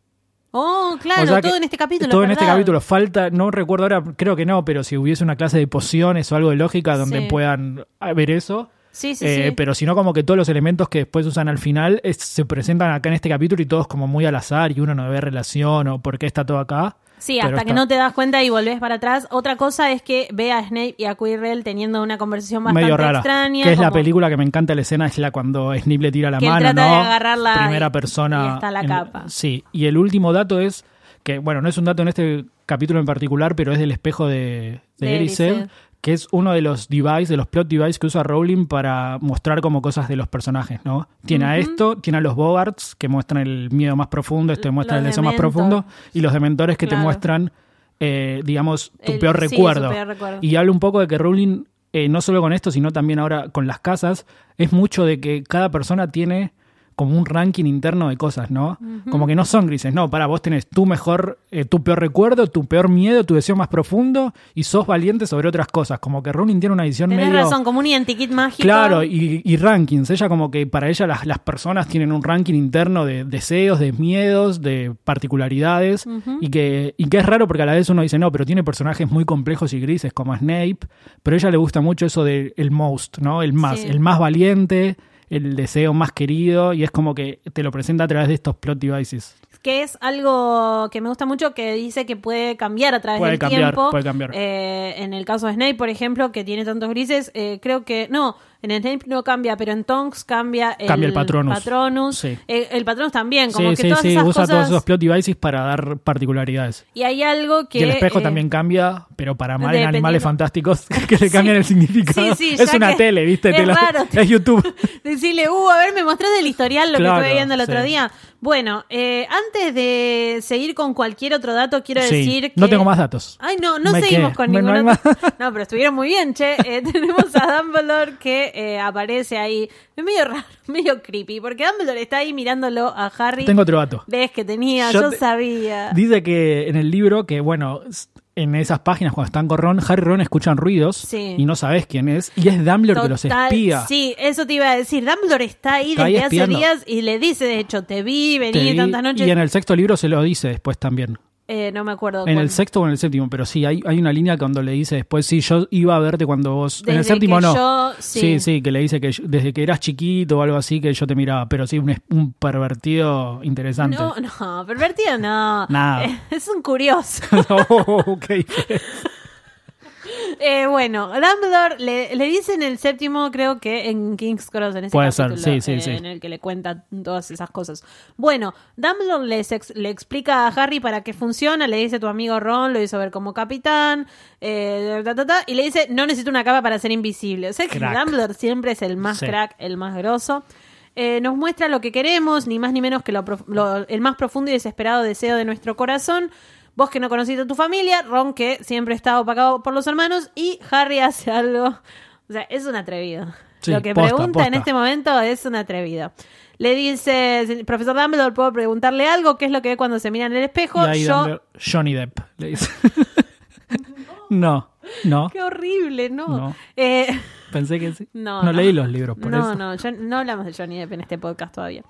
Speaker 1: Oh, claro,
Speaker 2: O sea que
Speaker 1: todo en este capítulo.
Speaker 2: Todo
Speaker 1: es
Speaker 2: en este
Speaker 1: verdad.
Speaker 2: capítulo. Falta, no recuerdo ahora, creo que no, pero si hubiese una clase de pociones o algo de lógica donde
Speaker 1: Sí.
Speaker 2: puedan eh, ver eso.
Speaker 1: Sí, sí,
Speaker 2: eh,
Speaker 1: sí.
Speaker 2: Pero si no, como que todos los elementos que después usan al final es- se presentan acá en este capítulo y todos como muy al azar y uno no ve relación o por qué está todo acá.
Speaker 1: Sí,
Speaker 2: Pero
Speaker 1: hasta que
Speaker 2: está
Speaker 1: no te das cuenta y volvés para atrás. Otra cosa es que ve a Snape y a Quirrell teniendo una conversación bastante
Speaker 2: medio rara.
Speaker 1: extraña.
Speaker 2: que es la
Speaker 1: como-
Speaker 2: película que me encanta la escena, es la cuando Snape le tira la
Speaker 1: Que él
Speaker 2: mano,
Speaker 1: trata
Speaker 2: ¿no?
Speaker 1: de agarrarla
Speaker 2: Primera
Speaker 1: y-
Speaker 2: persona.
Speaker 1: y está la
Speaker 2: en-
Speaker 1: capa.
Speaker 2: Sí, y el último dato es que, bueno, no es un dato en este capítulo en particular, pero es del espejo de, de,
Speaker 1: De
Speaker 2: Erised,
Speaker 1: Erised.
Speaker 2: que es uno de los device, de los plot device que usa Rowling para mostrar como cosas de los personajes, ¿no? Tiene a esto, tiene a los Bogarts que muestran el miedo más profundo, este
Speaker 1: L-
Speaker 2: muestra
Speaker 1: los
Speaker 2: el deseo más
Speaker 1: Dementor.
Speaker 2: profundo, y los dementores que
Speaker 1: Claro.
Speaker 2: te muestran, eh, digamos, tu
Speaker 1: El-
Speaker 2: peor
Speaker 1: sí, su
Speaker 2: recuerdo.
Speaker 1: peor recuerdo.
Speaker 2: Y habla un poco de que Rowling, eh, no solo con esto, sino también ahora con las casas, es mucho de que cada persona tiene como un ranking interno de cosas, ¿no? Como que no son grises, no, para vos tenés tu mejor, eh, tu peor recuerdo, tu peor miedo, tu deseo más profundo y sos valiente sobre otras cosas. Como que Rowling tiene una visión
Speaker 1: Tenés
Speaker 2: medio...
Speaker 1: razón, como un identikit mágico.
Speaker 2: Claro, y, y rankings. Ella como que para ella las, las personas tienen un ranking interno de deseos, de miedos, de particularidades. y, que, y que es raro porque a la vez uno dice, no, pero tiene personajes muy complejos y grises como Snape. Pero a ella le gusta mucho eso del el most, ¿no? El más,
Speaker 1: Sí.
Speaker 2: el más valiente, el deseo más querido. Y es como que te lo presenta a través de estos plot devices.
Speaker 1: que es algo que me gusta mucho que dice que puede cambiar a través
Speaker 2: Puede
Speaker 1: del
Speaker 2: cambiar,
Speaker 1: tiempo.
Speaker 2: puede cambiar.
Speaker 1: Eh, en el caso de Snape, por ejemplo, que tiene tantos grises, eh, creo que no, en Snape no cambia, pero en Tonks cambia el,
Speaker 2: Cambia el Patronus.
Speaker 1: Patronus.
Speaker 2: Sí.
Speaker 1: Eh, el Patronus también, como
Speaker 2: Sí,
Speaker 1: que
Speaker 2: sí,
Speaker 1: todas
Speaker 2: sí,
Speaker 1: esas
Speaker 2: usa
Speaker 1: cosas.
Speaker 2: todos esos plot devices para dar particularidades.
Speaker 1: Y hay algo que
Speaker 2: y el espejo
Speaker 1: eh,
Speaker 2: también cambia, pero para mal en
Speaker 1: dependiendo.
Speaker 2: animales fantásticos que le cambian el significado.
Speaker 1: Sí, sí,
Speaker 2: es
Speaker 1: ya
Speaker 2: una
Speaker 1: que-
Speaker 2: tele, ¿viste?
Speaker 1: es
Speaker 2: Te lo-
Speaker 1: raro.
Speaker 2: es YouTube.
Speaker 1: Decirle, uh, a ver, me mostraste el historial, lo
Speaker 2: Claro,
Speaker 1: que estuve viendo el otro
Speaker 2: sí.
Speaker 1: día. Bueno, eh, antes de seguir con cualquier otro dato, quiero
Speaker 2: Sí,
Speaker 1: decir que... Ah,
Speaker 2: No tengo más datos.
Speaker 1: Ay, no, no
Speaker 2: Me
Speaker 1: seguimos
Speaker 2: quedé.
Speaker 1: con
Speaker 2: Bueno,
Speaker 1: ningún
Speaker 2: no hay
Speaker 1: otro-
Speaker 2: más.
Speaker 1: No, pero estuvieron muy bien, che. Eh, tenemos a Dumbledore que eh, aparece ahí. Es medio raro, medio creepy, porque Dumbledore está ahí mirándolo a Harry.
Speaker 2: Tengo otro dato.
Speaker 1: Ves que tenía, yo,
Speaker 2: Yo te-
Speaker 1: sabía.
Speaker 2: Dice que en el libro que, bueno, s- en esas páginas cuando están con Ron, Harry y Ron escuchan ruidos
Speaker 1: Sí.
Speaker 2: y no sabes quién es. Y es Dumbledore que los
Speaker 1: Total-
Speaker 2: espía.
Speaker 1: Sí, eso te iba a decir. Dumbledore está ahí
Speaker 2: Está ahí
Speaker 1: desde hace
Speaker 2: espiando.
Speaker 1: días y le dice, de hecho, te vi, vení
Speaker 2: Te vi-
Speaker 1: tantas noches.
Speaker 2: Y en el sexto libro se lo dice después también.
Speaker 1: Eh, no me acuerdo.
Speaker 2: En el
Speaker 1: cuál.
Speaker 2: sexto o en el séptimo, pero sí, hay, hay una línea cuando le dice después, sí, yo iba a verte cuando vos... en el
Speaker 1: Desde
Speaker 2: séptimo
Speaker 1: que
Speaker 2: no.
Speaker 1: yo- sí.
Speaker 2: sí, que le dice que yo- desde que eras chiquito o algo así que yo te miraba, pero sí, un, es- un pervertido interesante.
Speaker 1: No, no, pervertido no.
Speaker 2: Nada.
Speaker 1: Es un curioso.
Speaker 2: Oh, qué feo.
Speaker 1: Eh, bueno, Dumbledore le, le dice en el séptimo, creo que en King's Cross, en ese
Speaker 2: Puede ser,
Speaker 1: capítulo,
Speaker 2: sí, sí,
Speaker 1: eh,
Speaker 2: sí.
Speaker 1: en el que le cuenta todas esas cosas. Bueno, Dumbledore les ex- le explica a Harry para qué funciona, le dice tu amigo Ron lo hizo ver como capitán, eh, ta, ta, ta", y le dice no necesito una capa para ser invisible. O sea que
Speaker 2: Crack.
Speaker 1: Dumbledore siempre es el más
Speaker 2: Sí.
Speaker 1: crack, el más grosso. Eh, nos muestra lo que queremos, ni más ni menos que lo prof- lo- el más profundo y desesperado deseo de nuestro corazón. Vos que no conociste a tu familia, Ron que siempre está opacado por los hermanos y Harry hace algo. O sea, es un atrevido.
Speaker 2: Sí,
Speaker 1: lo que
Speaker 2: posta,
Speaker 1: pregunta en
Speaker 2: posta.
Speaker 1: este momento es un atrevido. Le dice, profesor Dumbledore, ¿puedo preguntarle algo? ¿Qué es lo que ve cuando se mira en el
Speaker 2: Y
Speaker 1: espejo?
Speaker 2: ahí
Speaker 1: Yo,
Speaker 2: Dumbledore, Johnny Depp le dice. no, no,
Speaker 1: qué horrible, ¿no?
Speaker 2: No.
Speaker 1: Eh,
Speaker 2: pensé que sí.
Speaker 1: No, no.
Speaker 2: No, leí los libros, por
Speaker 1: no,
Speaker 2: eso.
Speaker 1: no, yo- no hablamos de Johnny Depp en este podcast todavía.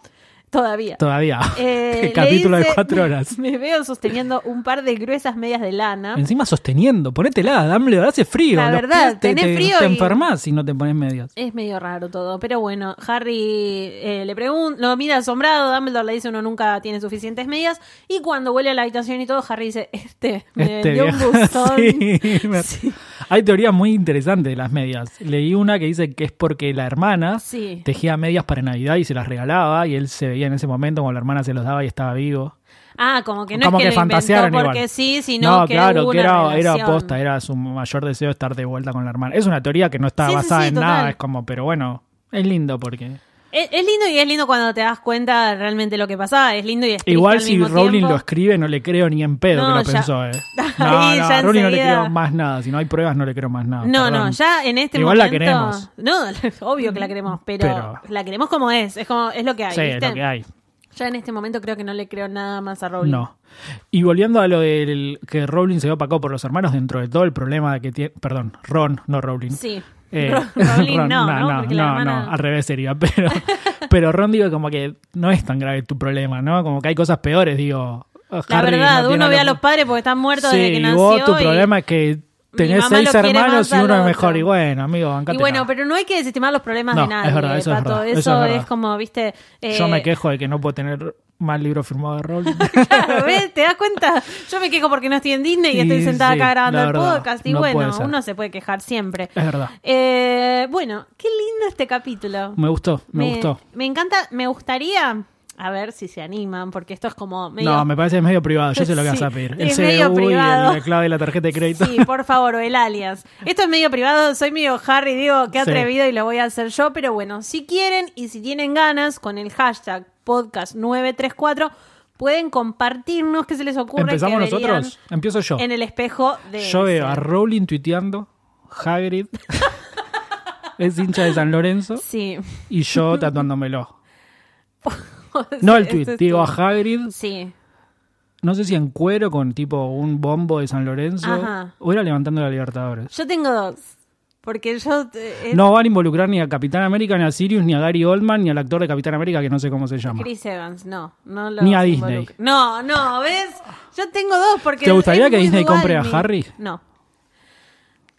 Speaker 1: Todavía.
Speaker 2: Todavía.
Speaker 1: Eh, le
Speaker 2: Capítulo
Speaker 1: dice,
Speaker 2: de cuatro horas.
Speaker 1: Me veo sosteniendo un par de gruesas medias de lana.
Speaker 2: Encima sosteniendo, ponétela, Dumbledore, hace frío.
Speaker 1: La
Speaker 2: los
Speaker 1: verdad,
Speaker 2: pies te,
Speaker 1: tenés
Speaker 2: te-
Speaker 1: frío
Speaker 2: Te
Speaker 1: y-
Speaker 2: enfermas si no te pones medias.
Speaker 1: Es medio raro todo, pero bueno, Harry eh, le pregunta, lo mira asombrado, Dumbledore le dice uno nunca tiene suficientes medias y cuando vuelve a la habitación y todo, Harry dice, este, me
Speaker 2: Este
Speaker 1: vendió
Speaker 2: viejo.
Speaker 1: un buzón.
Speaker 2: Sí, me-
Speaker 1: Sí.
Speaker 2: Hay teorías muy interesantes de las medias. Leí una que dice que es porque la hermana
Speaker 1: Sí.
Speaker 2: tejía medias para Navidad y se las regalaba y él se veía en ese momento cuando la hermana se los daba y estaba vivo.
Speaker 1: Ah, como que no
Speaker 2: Como
Speaker 1: es que,
Speaker 2: que
Speaker 1: lo inventó
Speaker 2: fantasearon igual.
Speaker 1: porque sí, sino
Speaker 2: no,
Speaker 1: que
Speaker 2: claro,
Speaker 1: hubo
Speaker 2: que
Speaker 1: una
Speaker 2: era, era
Speaker 1: relación.
Speaker 2: aposta, era su mayor deseo estar de vuelta con la hermana. Es una teoría que no está
Speaker 1: Sí, sí,
Speaker 2: basada
Speaker 1: sí,
Speaker 2: en
Speaker 1: total.
Speaker 2: nada, es como, pero bueno, es lindo porque...
Speaker 1: Es, es lindo y es lindo cuando te das cuenta realmente lo que pasaba, es lindo y es triste
Speaker 2: Igual
Speaker 1: al
Speaker 2: si
Speaker 1: mismo
Speaker 2: Rowling
Speaker 1: tiempo.
Speaker 2: lo escribe, no le creo ni en pedo
Speaker 1: No,
Speaker 2: que lo
Speaker 1: ya-
Speaker 2: pensó, eh. No,
Speaker 1: Ahí
Speaker 2: no,
Speaker 1: ya
Speaker 2: a Rowling no le
Speaker 1: enseguida-
Speaker 2: creo más nada. Si no hay pruebas, no le creo más nada.
Speaker 1: No, no,
Speaker 2: perdón.
Speaker 1: ya en este
Speaker 2: Igual la
Speaker 1: momento.
Speaker 2: queremos.
Speaker 1: No, obvio que la queremos, pero,
Speaker 2: Pero-
Speaker 1: la queremos como es, es como es lo que hay.
Speaker 2: Sí, es
Speaker 1: ¿viste?
Speaker 2: lo que hay.
Speaker 1: Ya en este momento creo que no le creo nada más a Rowling.
Speaker 2: No. Y volviendo a lo del que Rowling se opacó por los hermanos dentro de todo el problema que tiene. Perdón, Ron, no Rowling.
Speaker 1: Sí.
Speaker 2: Eh,
Speaker 1: Ro- Rowling
Speaker 2: Ron,
Speaker 1: no, ¿no?
Speaker 2: no,
Speaker 1: Porque la
Speaker 2: no,
Speaker 1: hermana-
Speaker 2: no, al revés sería, pero, pero Ron digo como que no es tan grave tu problema, ¿no? Como que hay cosas peores, digo, a
Speaker 1: La
Speaker 2: Harry
Speaker 1: verdad,
Speaker 2: no tiene
Speaker 1: uno ve a
Speaker 2: lo-
Speaker 1: los padres porque están muertos
Speaker 2: Sí,
Speaker 1: desde que
Speaker 2: y
Speaker 1: nació.
Speaker 2: vos tu
Speaker 1: y-
Speaker 2: problema es que tenés
Speaker 1: mamá
Speaker 2: seis
Speaker 1: lo quiere
Speaker 2: hermanos
Speaker 1: más
Speaker 2: y
Speaker 1: al
Speaker 2: uno es
Speaker 1: otro.
Speaker 2: mejor. Y bueno, amigo, bancate.
Speaker 1: Y bueno, pero no hay que desestimar los problemas
Speaker 2: No,
Speaker 1: de
Speaker 2: es
Speaker 1: nadie.
Speaker 2: verdad, eso es
Speaker 1: Pato.
Speaker 2: verdad, eso
Speaker 1: Eso
Speaker 2: es
Speaker 1: es,
Speaker 2: verdad.
Speaker 1: como, viste. eh,
Speaker 2: Yo me quejo de que no puedo tener más libro firmado de Rowling.
Speaker 1: Claro, ¿ves? ¿Te das cuenta? Yo me quejo porque no estoy en Disney y,
Speaker 2: Y
Speaker 1: estoy sentada
Speaker 2: sí,
Speaker 1: acá grabando
Speaker 2: la
Speaker 1: el
Speaker 2: verdad,
Speaker 1: podcast. Y
Speaker 2: no puede
Speaker 1: bueno,
Speaker 2: ser.
Speaker 1: uno se puede quejar siempre.
Speaker 2: es verdad.
Speaker 1: Eh, bueno, qué lindo este capítulo.
Speaker 2: Me gustó, me, gustó.
Speaker 1: Me encanta, me gustaría. A ver si se animan, porque esto es como medio.
Speaker 2: No, me parece que es medio privado. Yo sé lo que vas a
Speaker 1: Sí,
Speaker 2: pedir. El
Speaker 1: es
Speaker 2: CBU
Speaker 1: medio
Speaker 2: y
Speaker 1: privado.
Speaker 2: el- la clave de la tarjeta de crédito.
Speaker 1: Sí, por favor, o el alias. Esto es medio privado, soy medio Harry, digo, qué
Speaker 2: Sí.
Speaker 1: atrevido y lo voy a hacer yo, pero bueno, si quieren y si tienen ganas, con el hashtag podcast934, pueden compartirnos qué se les ocurre. que
Speaker 2: ¿Empezamos
Speaker 1: verían
Speaker 2: nosotros? Empiezo yo.
Speaker 1: En el espejo de...
Speaker 2: Yo veo a
Speaker 1: ese.
Speaker 2: Rowling tuiteando, Hagrid es hincha de San Lorenzo
Speaker 1: Sí.
Speaker 2: y yo tatuándomelo. No el
Speaker 1: Este
Speaker 2: tweet,
Speaker 1: es
Speaker 2: digo a
Speaker 1: tu-
Speaker 2: Hagrid,
Speaker 1: Sí.
Speaker 2: no sé si en cuero con tipo un bombo de San Lorenzo
Speaker 1: Ajá.
Speaker 2: o era levantando la Libertadores.
Speaker 1: Yo tengo dos. Porque yo... eh,
Speaker 2: No van a involucrar ni a Capitán América, ni a Sirius, ni a Gary Oldman, ni al actor de Capitán América que no sé cómo se llama.
Speaker 1: Chris Evans, no. no lo
Speaker 2: Ni a
Speaker 1: involucra.
Speaker 2: Disney.
Speaker 1: No, no, ¿ves? Yo tengo dos porque...
Speaker 2: ¿Te gustaría
Speaker 1: es
Speaker 2: que
Speaker 1: muy
Speaker 2: Disney
Speaker 1: dual
Speaker 2: compre a
Speaker 1: mi-
Speaker 2: Harry?
Speaker 1: No.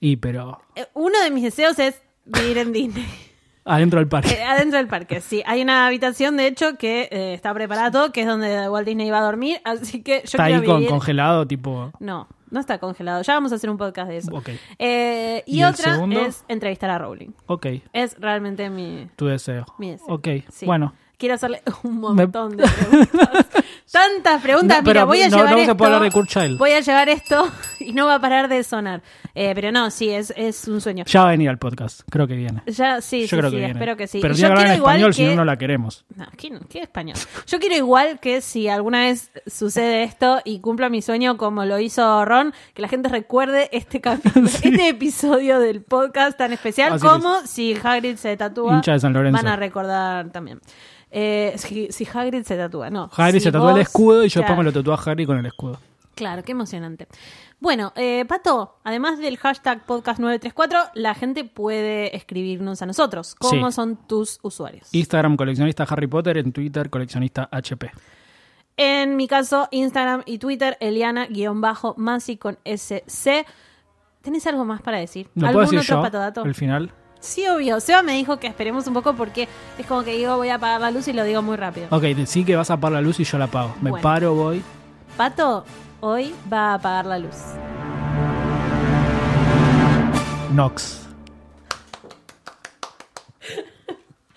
Speaker 2: Y pero
Speaker 1: Eh, Uno de mis deseos es vivir en Disney.
Speaker 2: adentro del parque.
Speaker 1: Eh, adentro del parque, sí. Hay una habitación, de hecho, que eh, está preparada todo, que es donde Walt Disney iba a dormir, así que yo
Speaker 2: Está
Speaker 1: quiero
Speaker 2: ahí con
Speaker 1: vivir-
Speaker 2: congelado, tipo.
Speaker 1: No, no está congelado. Ya vamos a hacer un podcast de eso.
Speaker 2: Ok.
Speaker 1: Eh, y,
Speaker 2: ¿Y el
Speaker 1: otra
Speaker 2: segundo?
Speaker 1: es entrevistar a Rowling.
Speaker 2: Ok,
Speaker 1: Es realmente mi,
Speaker 2: tu deseo.
Speaker 1: mi deseo.
Speaker 2: Ok,
Speaker 1: Sí.
Speaker 2: bueno.
Speaker 1: Quiero hacerle un
Speaker 2: Me-
Speaker 1: montón de preguntas. Tantas preguntas.
Speaker 2: No, pero
Speaker 1: Mira, voy a
Speaker 2: no- no
Speaker 1: llevar
Speaker 2: vamos a
Speaker 1: esto.
Speaker 2: poder hablar de Kurt Child.
Speaker 1: Voy a llevar esto y no va a parar de sonar. Eh, pero no, sí, es, es un sueño.
Speaker 2: Ya va a venir al podcast, creo que viene.
Speaker 1: Ya, sí,
Speaker 2: Yo
Speaker 1: sí,
Speaker 2: creo
Speaker 1: sí,
Speaker 2: que viene.
Speaker 1: espero que sí.
Speaker 2: Pero
Speaker 1: Y
Speaker 2: tiene
Speaker 1: yo
Speaker 2: que hablar en
Speaker 1: quiero igual
Speaker 2: español, si no,
Speaker 1: que-
Speaker 2: no la queremos.
Speaker 1: No, ¿qué, qué español? Yo quiero igual que si alguna vez sucede esto y cumplo mi sueño como lo hizo Ron, que la gente recuerde este capítulo, este episodio del podcast tan especial
Speaker 2: Así
Speaker 1: como si Hagrid se tatúa.
Speaker 2: Hincha de San Lorenzo.
Speaker 1: Van a recordar también. Eh, si, si Hagrid se tatúa, no.
Speaker 2: Harry
Speaker 1: Si
Speaker 2: se tatúa el
Speaker 1: vos-
Speaker 2: escudo y yo
Speaker 1: claro,
Speaker 2: después me lo tatúa a Harry con el escudo.
Speaker 1: Claro, qué emocionante. Bueno, eh, Pato, además del hashtag podcast934, la gente puede escribirnos a nosotros. ¿Cómo
Speaker 2: Sí.
Speaker 1: son tus usuarios?
Speaker 2: Instagram coleccionista Harry Potter, en Twitter coleccionista HP.
Speaker 1: En mi caso, Instagram y Twitter, Eliana-Masi con SC. ¿Tenés algo más para decir?
Speaker 2: ¿Lo
Speaker 1: ¿Algún
Speaker 2: puedo decir
Speaker 1: otro
Speaker 2: yo?
Speaker 1: patodato?
Speaker 2: Al final.
Speaker 1: Sí, obvio. Seba me dijo que esperemos un poco porque es como que digo voy a apagar la luz y lo digo muy rápido.
Speaker 2: Ok, decí que vas a apagar la luz y yo la apago. Me
Speaker 1: Bueno.
Speaker 2: paro, voy.
Speaker 1: Pato, hoy va a apagar la luz.
Speaker 2: Nox.